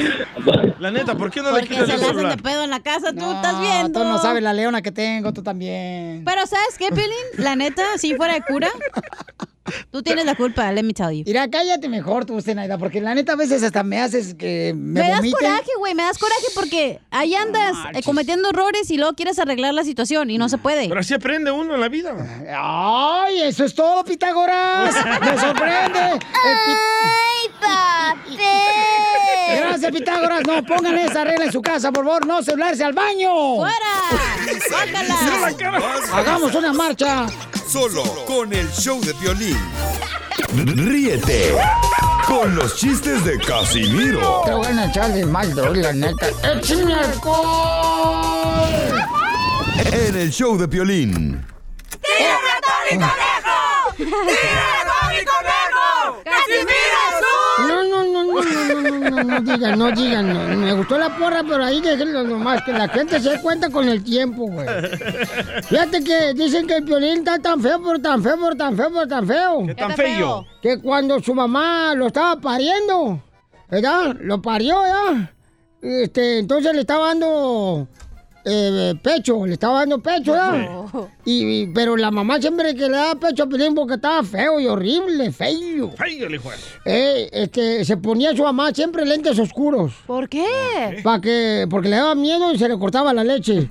Speaker 5: La neta, ¿por qué no le
Speaker 2: Porque
Speaker 5: quitas
Speaker 2: se
Speaker 5: el
Speaker 2: la hacen de
Speaker 5: celular?
Speaker 2: pedo en la casa, tú estás
Speaker 1: No,
Speaker 2: viendo.
Speaker 1: tú no sabes la leona que tengo, tú también.
Speaker 2: Pero ¿sabes qué, Pelín? La neta, si fuera de cura, tú tienes la culpa, let me tell you.
Speaker 1: Mira, cállate mejor tú, Zenaida, porque la neta a veces hasta me haces que me,
Speaker 2: Me, das
Speaker 1: vomite.
Speaker 2: coraje, güey, me das coraje porque ahí andas eh, cometiendo errores y luego quieres arreglar la situación y no se puede.
Speaker 5: Pero así aprende uno en la vida.
Speaker 1: ¡Ay, eso es todo,
Speaker 5: [laughs]
Speaker 1: Pitágoras! ¡Me sorprende! ¡Ay, papi! Gracias, Pitágoras. No, pongan esa regla en su casa, por favor. No celularse al baño.
Speaker 2: ¡Fuera!
Speaker 1: Hagamos una marcha.
Speaker 6: Solo con el show de violín. Ríete con los chistes de Casimiro
Speaker 1: Te voy a echar de mal, doy, la neta. ¡Eh, ¡Échame alcohol!
Speaker 6: en el show de violín.
Speaker 12: ¡Tírame a Tony Conejo! ¡Tírame a Tony Conejo! ¡Casimiro
Speaker 1: No, no, no, no, no, no, no, no, no digan, no digan. no. Me gustó la porra, pero ahí déjenlo nomás, que la gente se dé cuenta con el tiempo, güey. Fíjate que dicen que el violín está tan feo, pero tan feo, pero tan feo, pero tan feo. ¿Qué
Speaker 5: tan feo?
Speaker 1: Que cuando su mamá lo estaba pariendo, ¿verdad? Lo parió, ¿verdad? Este, entonces le estaba dando eh, pecho, le estaba dando pecho, ¿verdad? Y, y- pero la mamá siempre que le daba pecho a Piolín porque estaba feo y horrible, feo.
Speaker 5: Feo, el hijo.
Speaker 1: [laughs]
Speaker 5: [laughs] de-
Speaker 1: Eh, este, se ponía su mamá siempre lentes oscuros.
Speaker 2: ¿Por qué?
Speaker 1: Pa que, porque le daba miedo y se le cortaba la leche.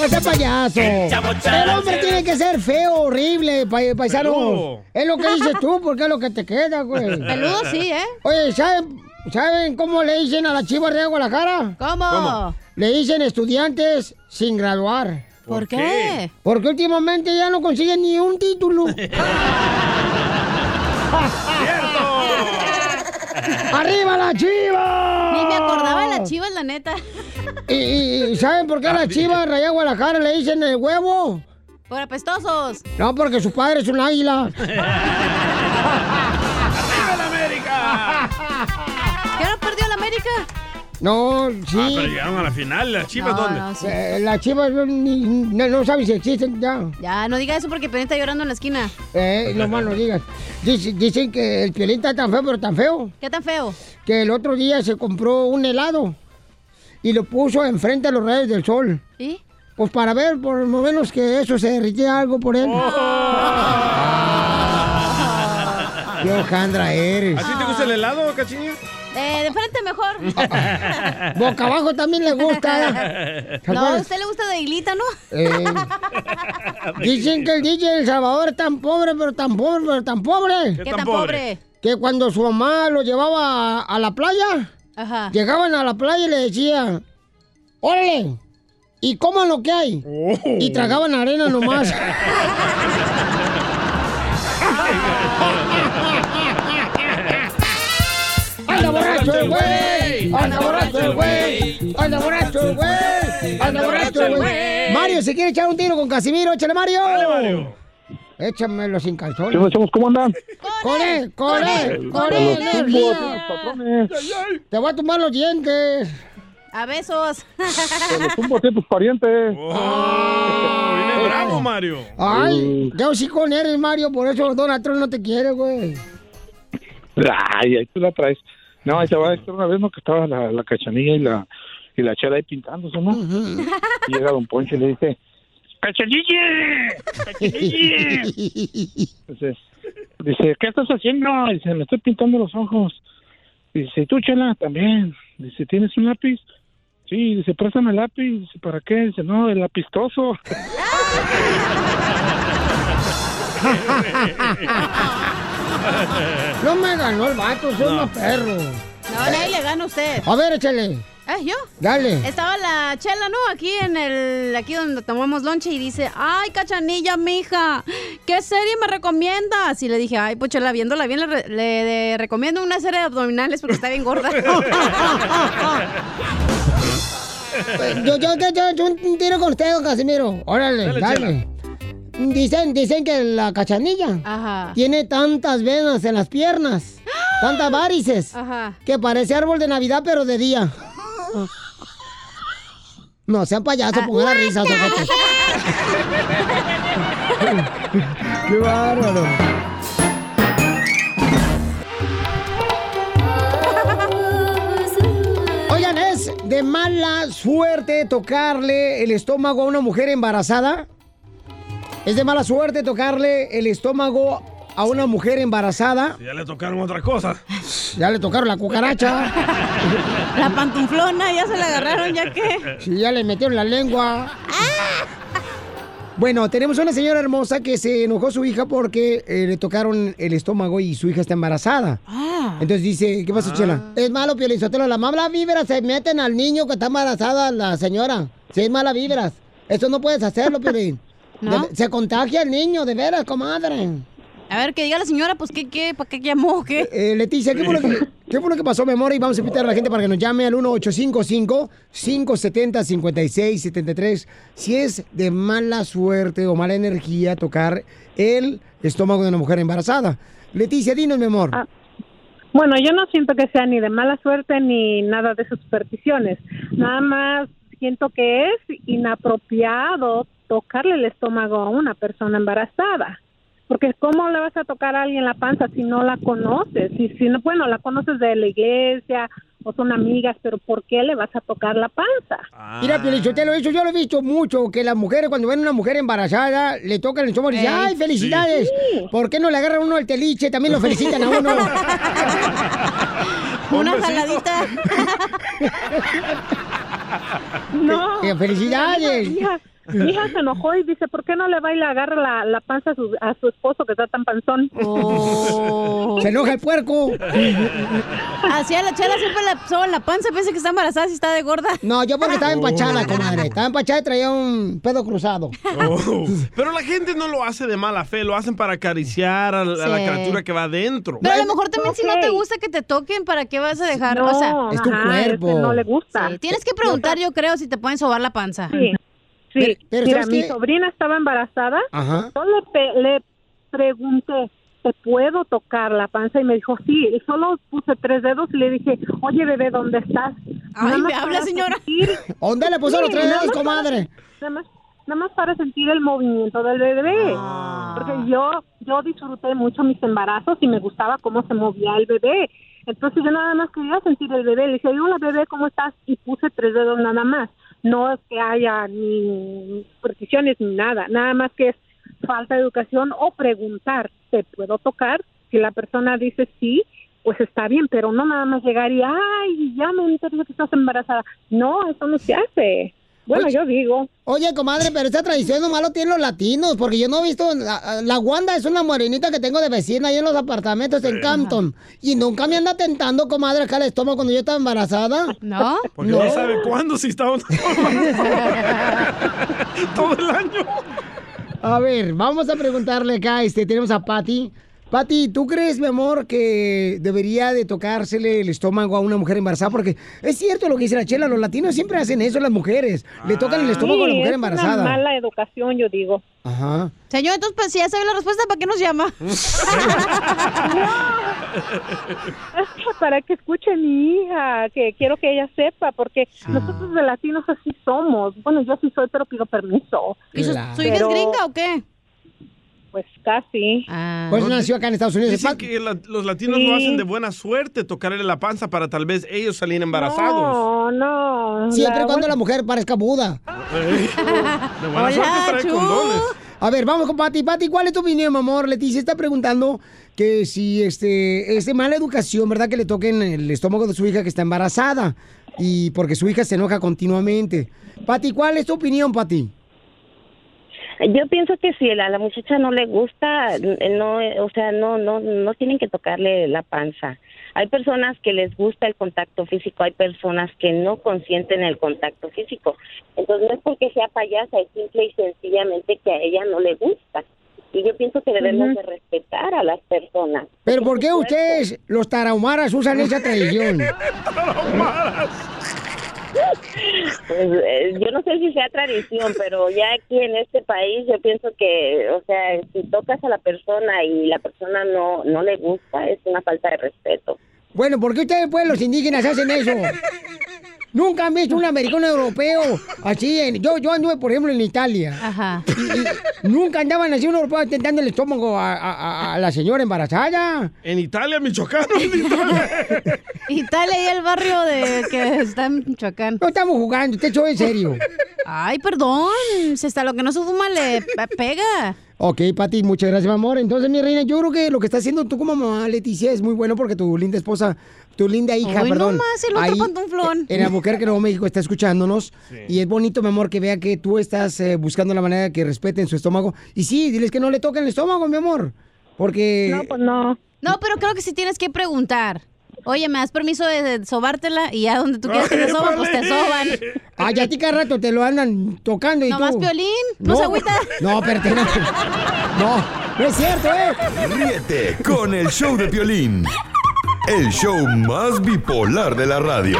Speaker 1: No sea payaso.
Speaker 12: El [laughs] chavo
Speaker 1: El hombre
Speaker 12: charal.
Speaker 1: tiene que ser feo, horrible, pa- paisano.
Speaker 12: Peludo.
Speaker 1: Es lo que dices tú, porque es lo que te queda, güey.
Speaker 12: Peludo sí, ¿eh?
Speaker 1: Oye, ¿saben, ¿saben cómo le dicen a la chiva de Guadalajara?
Speaker 2: ¿Cómo? ¿Cómo?
Speaker 1: Le dicen estudiantes sin graduar.
Speaker 2: ¿Por qué?
Speaker 1: Porque últimamente ya no consiguen ni
Speaker 12: [laughs]
Speaker 1: un título. ¡Arriba la chiva!
Speaker 2: Ni me acordaba de las chivas, la neta.
Speaker 1: ¿Y, y- y saben por qué a la chiva de Guadalajara le dicen el huevo?
Speaker 2: Por apestosos.
Speaker 1: No, porque su padre es un águila.
Speaker 12: ¡Arriba la América!
Speaker 2: ¿Qué ahora perdió la América?
Speaker 1: No, sí.
Speaker 5: Ah, pero llegaron a la final. ¿Las chivas
Speaker 2: No,
Speaker 5: dónde?
Speaker 2: Ah, no, sí.
Speaker 1: Eh, las chivas no, ni- no- no saben si existen ya.
Speaker 2: Ya, no diga eso porque Pelín está llorando en la esquina.
Speaker 1: Eh, no más no digas. Dice- dicen que el piolín está tan feo, pero tan feo,
Speaker 2: ¿Qué tan feo?
Speaker 1: que el otro día se compró un helado y lo puso enfrente a los rayos del sol.
Speaker 2: ¿Y?
Speaker 1: Pues para ver, por lo menos que eso se derritía algo por él.
Speaker 5: Oh.
Speaker 1: ¡Qué hojandra eres!
Speaker 5: ¿A ti te gusta el helado,
Speaker 1: [laughs]
Speaker 5: cachinilla?
Speaker 2: Eh, de frente mejor.
Speaker 1: Boca abajo también le gusta.
Speaker 5: [laughs]
Speaker 1: ¿eh?
Speaker 2: [laughs]
Speaker 1: ¿Te
Speaker 2: No, a
Speaker 1: acuerdas?
Speaker 2: usted le gusta de hilita, ¿no?
Speaker 1: Eh, dicen que el DJ El Salvador es tan pobre, pero tan pobre, pero tan pobre.
Speaker 2: ¿Qué tan tan pobre? pobre?
Speaker 1: Que cuando su mamá lo llevaba a, a la playa,
Speaker 2: Ajá.
Speaker 1: llegaban a la playa y le decían, ¡Órale! Y coman lo que hay.
Speaker 2: Oh.
Speaker 1: Y tragaban
Speaker 2: [laughs]
Speaker 1: arena nomás. ¡Anda borracho el güey! ¡Anda borracho el güey! ¡Anda borracho el güey! ¡Anda borracho el güey! Mario, si quiere echar un tiro con Casimiro, échale Mario. Mario. Échamelo sin calzones.
Speaker 9: ¿Qué hacemos? ¿Cómo andan?
Speaker 1: ¡Corre, corre,
Speaker 9: Corre,
Speaker 1: corre!
Speaker 9: corre,
Speaker 1: energía!
Speaker 9: patrones.
Speaker 1: Te voy a tomar los dientes.
Speaker 2: A besos. [laughs]
Speaker 9: Te los tumbo a ti, pues, tus parientes.
Speaker 5: Viene bravo, Mario.
Speaker 1: Ay, yo sí con eres, Mario, por eso Donald Trump no te quiere, güey.
Speaker 9: Ay, ahí tú la traes. No, ahí te va a estar una vez, ¿no? Que estaba la, la cachanilla y la, y la chela ahí pintándose, ¿no? Y llega Don Poncho y le dice, ¡Cachanilla! ¡Cachanilla! Entonces, dice, ¿qué estás haciendo? Dice, me estoy pintando los ojos. Dice, ¿y tú, chela? También. Dice, ¿tienes un lápiz? Sí, dice, préstame el lápiz. Dice, ¿para qué? Dice, no, el lapistoso.
Speaker 1: No me ganó el vato, soy
Speaker 12: No.
Speaker 1: más perro.
Speaker 2: No, nadie le gana a usted.
Speaker 1: A ver, échale.
Speaker 2: ¿Eh, yo?
Speaker 1: Dale.
Speaker 2: Estaba la chela, ¿no? Aquí en el. Aquí donde tomamos lonche y dice: Ay, cachanilla, mija, ¿qué serie me recomiendas? Y le dije: Ay, pues chela, viéndola bien, le, re- le- le recomiendo una serie de abdominales porque está bien gorda.
Speaker 1: Yo, yo te yo, yo un tiro con usted, Casimiro. Órale,
Speaker 12: Dale,
Speaker 1: dale. Dicen, dicen que la cachanilla tiene tantas venas en las piernas, tantas varices,
Speaker 2: Ajá.
Speaker 1: que parece árbol de Navidad, pero de día. No, sean payasos, pongan la risa, ojete. [laughs] ¡Qué bárbaro! Oigan, ¿es de mala suerte tocarle el estómago a una mujer embarazada? ¿Es de mala suerte tocarle el estómago a una mujer embarazada?
Speaker 5: Ya le tocaron otra cosa.
Speaker 1: Ya le tocaron la cucaracha.
Speaker 2: La pantuflona, ya se la agarraron, ya que.
Speaker 1: Sí, ya le metieron la lengua. Bueno, tenemos una señora hermosa que se enojó a su hija porque eh, le tocaron el estómago y su hija está embarazada.
Speaker 2: Ah.
Speaker 1: Entonces dice, ¿qué pasó, Chela? Es malo, Piolizotelo, la mala vibra se meten al niño que está embarazada la señora. Si es mala vibras. Eso no puedes
Speaker 2: [laughs]
Speaker 1: hacerlo, Piolín.
Speaker 2: ¿No?
Speaker 1: De- se contagia el niño, de veras, comadre.
Speaker 2: A ver, que diga la señora, pues, ¿qué, qué? ¿Para qué llamó? ¿Qué?
Speaker 1: Eh, Leticia, ¿qué fue, lo que, qué fue lo que pasó, mi amor? Y vamos a invitar a la gente para que nos llame al 1855-570-5673. Si es de mala suerte o mala energía tocar el estómago de una mujer embarazada. Leticia, dinos, mi amor.
Speaker 10: Bueno, yo no siento que sea ni de mala suerte ni nada de sus supersticiones. Nada más siento que es inapropiado tocarle el estómago a una persona embarazada. Porque ¿cómo le vas a tocar a alguien la panza si no la conoces? Y si no, bueno, la conoces de la iglesia o son amigas, pero ¿por qué le vas a tocar la panza?
Speaker 1: Mira, Pielichotelo, eso yo lo he visto mucho, que las mujeres cuando ven a una mujer embarazada, le tocan el estómago y dicen,
Speaker 10: Ey,
Speaker 1: ¡ay, felicidades!
Speaker 10: sí.
Speaker 1: ¿Por qué no le agarra uno el teliche? También lo felicitan a uno.
Speaker 2: Una jaladita.
Speaker 10: No.
Speaker 1: Eh, felicidades.
Speaker 10: Mi hija, mi hija se enojó y dice, ¿por qué no le baila agarra la, la panza a su, a su esposo que está tan panzón?
Speaker 1: [laughs] Oh. Se enoja el puerco.
Speaker 2: Así a la chela siempre le soba la panza, piensa que está embarazada si está de gorda.
Speaker 1: No, yo porque estaba empachada, comadre. Estaba empachada y traía un pedo cruzado.
Speaker 5: Oh, [laughs] Pero la gente no lo hace de mala fe, lo hacen para acariciar a la, a la
Speaker 2: Sí.
Speaker 5: criatura que va adentro.
Speaker 2: Pero a lo mejor también si no te gusta que te toquen, ¿para qué vas a dejar? o sea,
Speaker 10: No, Es tu ajá, cuerpo. es que no le gusta.
Speaker 2: Sí, tienes que preguntar, yo creo, si te pueden sobar la panza.
Speaker 10: Sí, Sí, mira, mi sobrina estaba embarazada.
Speaker 2: Ajá.
Speaker 10: Yo le, pe- le pregunté, ¿te puedo tocar la panza? Y me dijo, sí. Y solo puse tres dedos y le dije, oye, bebé, ¿dónde estás? Nada
Speaker 2: me
Speaker 10: más
Speaker 2: habla,
Speaker 10: para
Speaker 2: señora.
Speaker 10: sentir-
Speaker 1: ¿Dónde le puso los
Speaker 10: Sí,
Speaker 1: tres
Speaker 10: nada
Speaker 1: dedos,
Speaker 10: más para-
Speaker 1: comadre?
Speaker 10: Nada más, nada más para sentir el movimiento del bebé.
Speaker 1: Ah.
Speaker 10: Porque yo, yo disfruté mucho mis embarazos y me gustaba cómo se movía el bebé. Entonces yo nada más quería sentir el bebé. Le dije, hola bebé, ¿cómo estás? Y puse tres dedos nada más. No es que haya ni supersticiones ni nada. Nada más que es falta de educación o preguntar, ¿te puedo tocar? Si la persona dice sí, pues está bien, pero no nada más llegar y, ay, ya me enteré que estás embarazada. No, eso no se hace. Bueno, yo digo. [laughs]
Speaker 1: Oye, comadre, pero esta tradición nomás lo tienen los latinos, porque yo no he visto. La, la Wanda es una morenita que tengo de vecina ahí en los apartamentos en Campton. Y nunca me anda tentando, comadre, acá el estómago cuando yo estaba embarazada.
Speaker 2: ¿No?
Speaker 5: Porque no, sabe cuándo si está o no.
Speaker 1: [laughs]
Speaker 5: [laughs] Todo el año.
Speaker 1: A ver, vamos a preguntarle acá, este, tenemos a Patty. Patty, ¿tú crees, mi amor, que debería de tocársele el estómago a una mujer embarazada? Porque es cierto lo que dice la chela, los latinos siempre hacen eso, las mujeres. Le tocan el estómago a la
Speaker 10: Ah, Sí,
Speaker 1: mujer
Speaker 10: es
Speaker 1: embarazada.
Speaker 10: Una mala educación, yo digo.
Speaker 1: Ajá.
Speaker 2: Señor, entonces, pues, si ya sabe la respuesta, ¿para qué nos
Speaker 1: [laughs]
Speaker 2: llama? [laughs]
Speaker 10: Es que para que escuche mi hija, que quiero que ella sepa, porque nosotros de latinos así somos. Bueno, yo sí soy, pero pido permiso.
Speaker 2: ¿Y su, su hija es gringa o qué? Ah.
Speaker 10: Pues casi.
Speaker 1: Pues nació acá en Estados Unidos.
Speaker 5: Dicen que la- los latinos
Speaker 10: Sí.
Speaker 5: lo hacen de buena suerte, tocarle la panza para tal vez ellos salir embarazados.
Speaker 10: No, no.
Speaker 1: Siempre
Speaker 10: la-
Speaker 1: cuando la
Speaker 10: bueno,
Speaker 1: mujer parezca Buda.
Speaker 5: De buena suerte trae condones.
Speaker 1: A ver, vamos con Pati. Pati, ¿cuál es tu opinión, mi amor? Leticia está preguntando que si este es de mala educación, ¿verdad? Que le toquen el estómago de su hija que está embarazada y porque su hija se enoja continuamente. Pati, ¿cuál es tu opinión, Pati?
Speaker 22: Yo pienso que si a la, la muchacha no le gusta, n- no, eh, o sea, no, no, no tienen que tocarle la panza. Hay personas que les gusta el contacto físico, hay personas que no consienten el contacto físico. Entonces no es porque sea payasa, es simple y sencillamente que a ella no le gusta. Y yo pienso que debemos
Speaker 1: Ujú.
Speaker 22: de respetar a las personas.
Speaker 1: Pero ¿por qué ustedes, los tarahumaras, usan esa tradición?
Speaker 22: Pues, eh, yo no sé si sea tradición, pero ya aquí en este país yo pienso que, o sea, si tocas a la persona y la persona no, no le gusta, es una falta de respeto.
Speaker 1: Bueno, ¿por qué ustedes, pues, los indígenas hacen eso? Nunca han visto un americano europeo así. En, yo, yo anduve, por ejemplo, en Italia.
Speaker 2: Ajá.
Speaker 1: Y- y nunca andaban así un europeo tentando el estómago a, a- a- a la señora embarazada.
Speaker 5: En Italia, Michoacán. en Italia.
Speaker 1: [laughs]
Speaker 2: Y tal, ahí el barrio de que está en Michoacán.
Speaker 1: No estamos jugando, te hecho en serio.
Speaker 2: Ay, perdón. Se está, lo que no se fuma le pe- pega.
Speaker 1: Ok, Pati, muchas gracias, mi amor. Entonces, mi reina, yo creo que lo que está haciendo tú como mamá, Leticia, es muy bueno porque tu linda esposa, tu linda hija,
Speaker 2: Ay, no
Speaker 1: perdón.
Speaker 2: más, el otro
Speaker 1: ahí, eh,
Speaker 2: pantuflón.
Speaker 1: En Albuquerque, Nuevo México, está escuchándonos.
Speaker 2: Sí.
Speaker 1: Y es bonito, mi amor, que vea que tú estás eh, buscando la manera de que respeten su estómago. Y sí, diles que no le toquen el estómago, mi amor. Porque... No,
Speaker 10: pues no.
Speaker 2: No, pero creo que sí tienes que preguntar. Oye, ¿me das permiso de de sobártela? Y ya donde tú quieras que te soban, pues te soban.
Speaker 1: Ay, a ti cada Ah, rato te lo andan tocando y
Speaker 2: Nomás
Speaker 1: tú...
Speaker 2: Piolín, no se agüita.
Speaker 1: No, pero te- No, no es cierto, ¿eh?
Speaker 6: Ríete con el show de Piolín. El show más bipolar de la radio.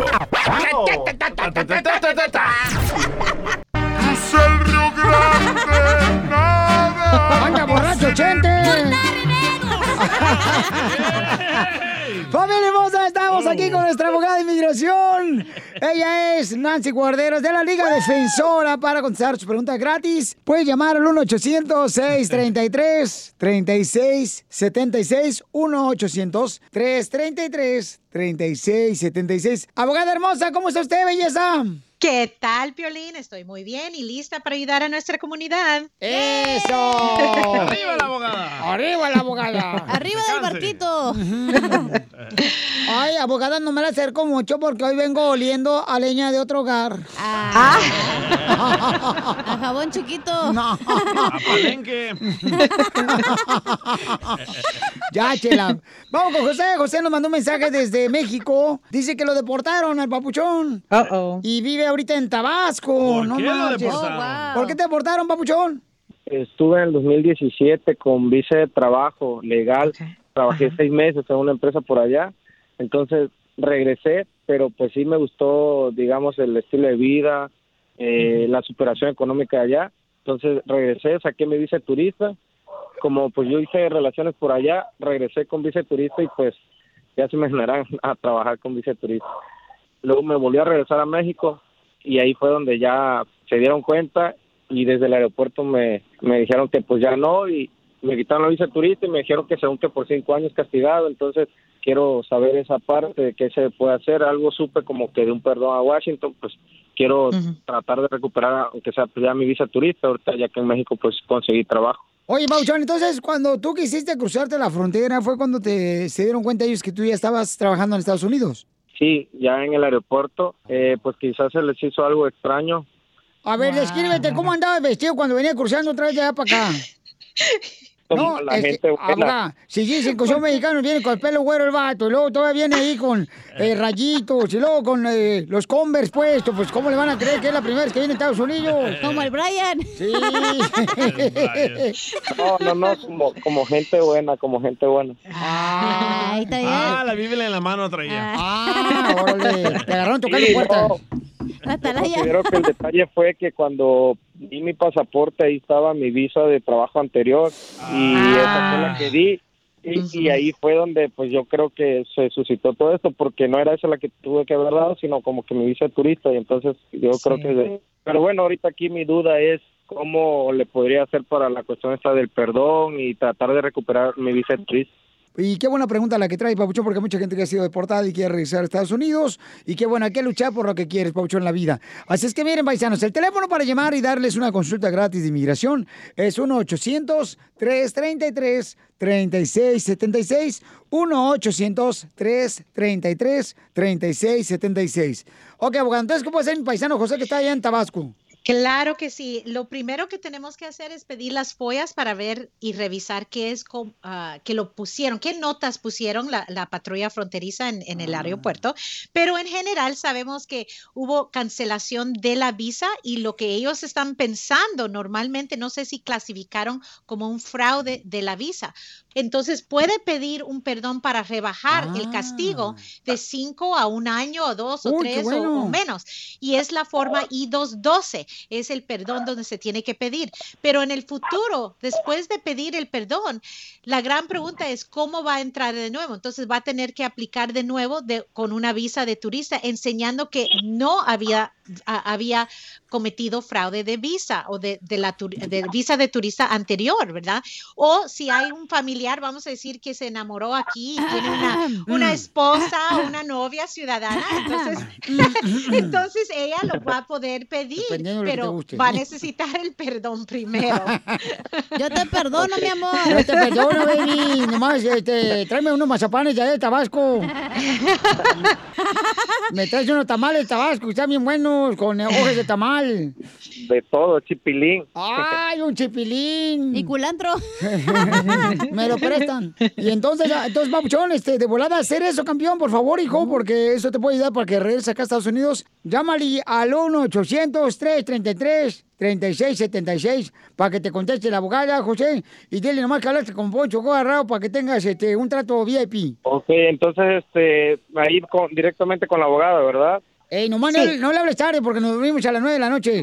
Speaker 12: Es el Río Grande.
Speaker 1: ¡Anda borracho, gente! Familia hermosa, estamos aquí con nuestra abogada de inmigración. Ella es Nancy Guarderas de la Liga Defensora para contestar sus preguntas gratis. Puedes llamar al 1-800-633-3676. 1-800-333-3676. Abogada hermosa, ¿cómo está usted, belleza?
Speaker 7: ¿Qué [laughs] tal, Piolín? Estoy muy bien y lista para ayudar a nuestra comunidad.
Speaker 1: ¡Eso!
Speaker 7: ¡Arriba
Speaker 1: la abogada! ¡Arriba la abogada!
Speaker 2: Arriba del barquito.
Speaker 1: Ay, abogada, no me la acerco mucho porque hoy vengo oliendo a leña de otro hogar.
Speaker 2: Ah.
Speaker 1: Ah.
Speaker 2: A jabón chiquito.
Speaker 1: No.
Speaker 12: Palenque.
Speaker 1: [laughs] Ya, chela. Vamos con José. José nos mandó un mensaje desde México. Dice que lo deportaron al papuchón. Y vive ahorita en Tabasco. ¿Por
Speaker 23: qué lo
Speaker 2: Oh,
Speaker 1: deportaron? ¿Por qué te deportaron, papuchón?
Speaker 23: Estuve en el 2017 con visa de trabajo legal. Trabajé seis meses en una empresa por allá. Entonces regresé, pero pues sí me gustó, digamos, el estilo de vida, eh, la superación económica de allá. Entonces regresé, saqué mi visa de turista. Como pues yo hice relaciones por allá, regresé con visa de turista y pues ya se me generan [laughs] a trabajar con visa de turista. Luego me volví a regresar a México y ahí fue donde ya se dieron cuenta y desde el aeropuerto me, me dijeron que pues ya no y me quitaron la visa de turista y me dijeron que según que por cinco años castigado, entonces quiero saber esa parte de qué se puede hacer, algo supe como que de un perdón a Washington, pues quiero tratar de recuperar aunque sea pues, ya mi visa de turista, ahorita ya que en México pues conseguí trabajo.
Speaker 1: Oye, Papuchón, entonces cuando tú quisiste cruzarte la frontera fue cuando te se dieron cuenta ellos que tú ya estabas trabajando en Estados Unidos.
Speaker 23: Sí, ya en el aeropuerto, eh, pues quizás se les hizo algo extraño,
Speaker 1: A ver, descríbete cómo andabas vestido cuando venía cruzando otra vez de allá para acá.
Speaker 23: [laughs] Como la
Speaker 1: este,
Speaker 23: gente buena.
Speaker 1: abogada, si dicen que
Speaker 23: [laughs]
Speaker 1: son mexicanos, viene con el pelo güero el vato, y luego todavía viene ahí con eh, rayitos, y luego con eh, los Converse puestos, pues ¿cómo le van a creer que es la primera vez que viene a Estados
Speaker 23: [laughs]
Speaker 1: Unidos?
Speaker 2: Como el Brian.
Speaker 1: Sí.
Speaker 23: No, no, no, como, como gente buena, como gente buena.
Speaker 2: Ay, está bien.
Speaker 12: Ah, la Biblia en la mano traía.
Speaker 1: Ah, órale. Te agarraron tocando
Speaker 23: Sí,
Speaker 1: puertas.
Speaker 23: no, Considero que el detalle fue que cuando di mi pasaporte, ahí estaba mi visa de trabajo anterior y esa fue la que di. Y, y ahí fue donde pues yo creo que se suscitó todo esto porque no era esa la que tuve que haber dado, sino como que mi visa de turista y entonces yo creo que... de- Pero bueno, ahorita aquí mi duda es cómo le podría hacer para la cuestión esta del perdón y tratar de recuperar mi visa de turista.
Speaker 1: Y qué buena pregunta la que trae Papuchón, porque hay mucha gente que ha sido deportada y quiere regresar a Estados Unidos. Y qué bueno, hay que luchar por lo que quieres, Papuchón, en la vida. Así es que miren, paisanos, el teléfono para llamar y darles una consulta gratis de inmigración es 1-800-333-3676. 1-800-333-3676. Ok, abogado, entonces, ¿cómo hacer mi paisano José que está allá en Tabasco?
Speaker 7: Claro que sí. Lo primero que tenemos que hacer es pedir las follas para ver y revisar qué es com- ah, que lo pusieron, qué notas pusieron la, la patrulla fronteriza en, en
Speaker 1: Ah.
Speaker 7: el aeropuerto. Pero en general sabemos que hubo cancelación de la visa y lo que ellos están pensando normalmente, no sé si clasificaron como un fraude de la visa. Entonces puede pedir un perdón para rebajar el castigo de cinco a un año o dos o
Speaker 24: Ah. Uy, qué
Speaker 7: tres o- o
Speaker 24: bueno.
Speaker 7: menos menos. Y es la forma I-212, es el perdón donde se tiene que pedir. Pero en el futuro, después de pedir el perdón, la gran pregunta es cómo va a entrar de nuevo. Entonces va a tener que aplicar de nuevo de- con una visa de turista, enseñando que no había, a- había cometido fraude de visa o de, de la tur- de visa de turista anterior, ¿verdad? O si hay un familiar, vamos a decir que se enamoró aquí, y tiene
Speaker 2: Ah,
Speaker 7: una,
Speaker 2: mm.
Speaker 7: una esposa o una novia ciudadana,
Speaker 2: [laughs]
Speaker 7: entonces
Speaker 2: Mm.
Speaker 7: entonces ella lo va a poder pedir,
Speaker 2: Dependiendo de lo que te
Speaker 7: pero
Speaker 2: guste.
Speaker 7: va a necesitar el perdón primero.
Speaker 2: Yo te perdono, mi amor.
Speaker 1: Yo te perdono, baby. Nomás, este, tráeme unos mazapanes de allá de Tabasco. Me traes unos tamales de Tabasco, que están bien buenos, con hojas
Speaker 2: [laughs]
Speaker 1: de tamal.
Speaker 23: De todo, chipilín.
Speaker 1: ¡Ay, un chipilín!
Speaker 2: Y
Speaker 1: [laughs]
Speaker 2: culantro.
Speaker 1: Me lo prestan. Y entonces, ah, entonces, papuchón, este, de volada, hacer eso, campeón, por favor, hijo, porque eso te puede ayudar para que regreses acá a Estados Unidos. Llámale al 1-800-333-3676 para que te conteste la abogada, José. Y dile nomás que hablaste con Poncho Cogarrao para que tengas este, un trato VIP.
Speaker 23: Ok, entonces este, ahí con- directamente con la abogada, ¿verdad? [laughs]
Speaker 1: Ey, nomás
Speaker 23: Sí.
Speaker 1: no, no le hables tarde porque nos dormimos a las 9 de la noche.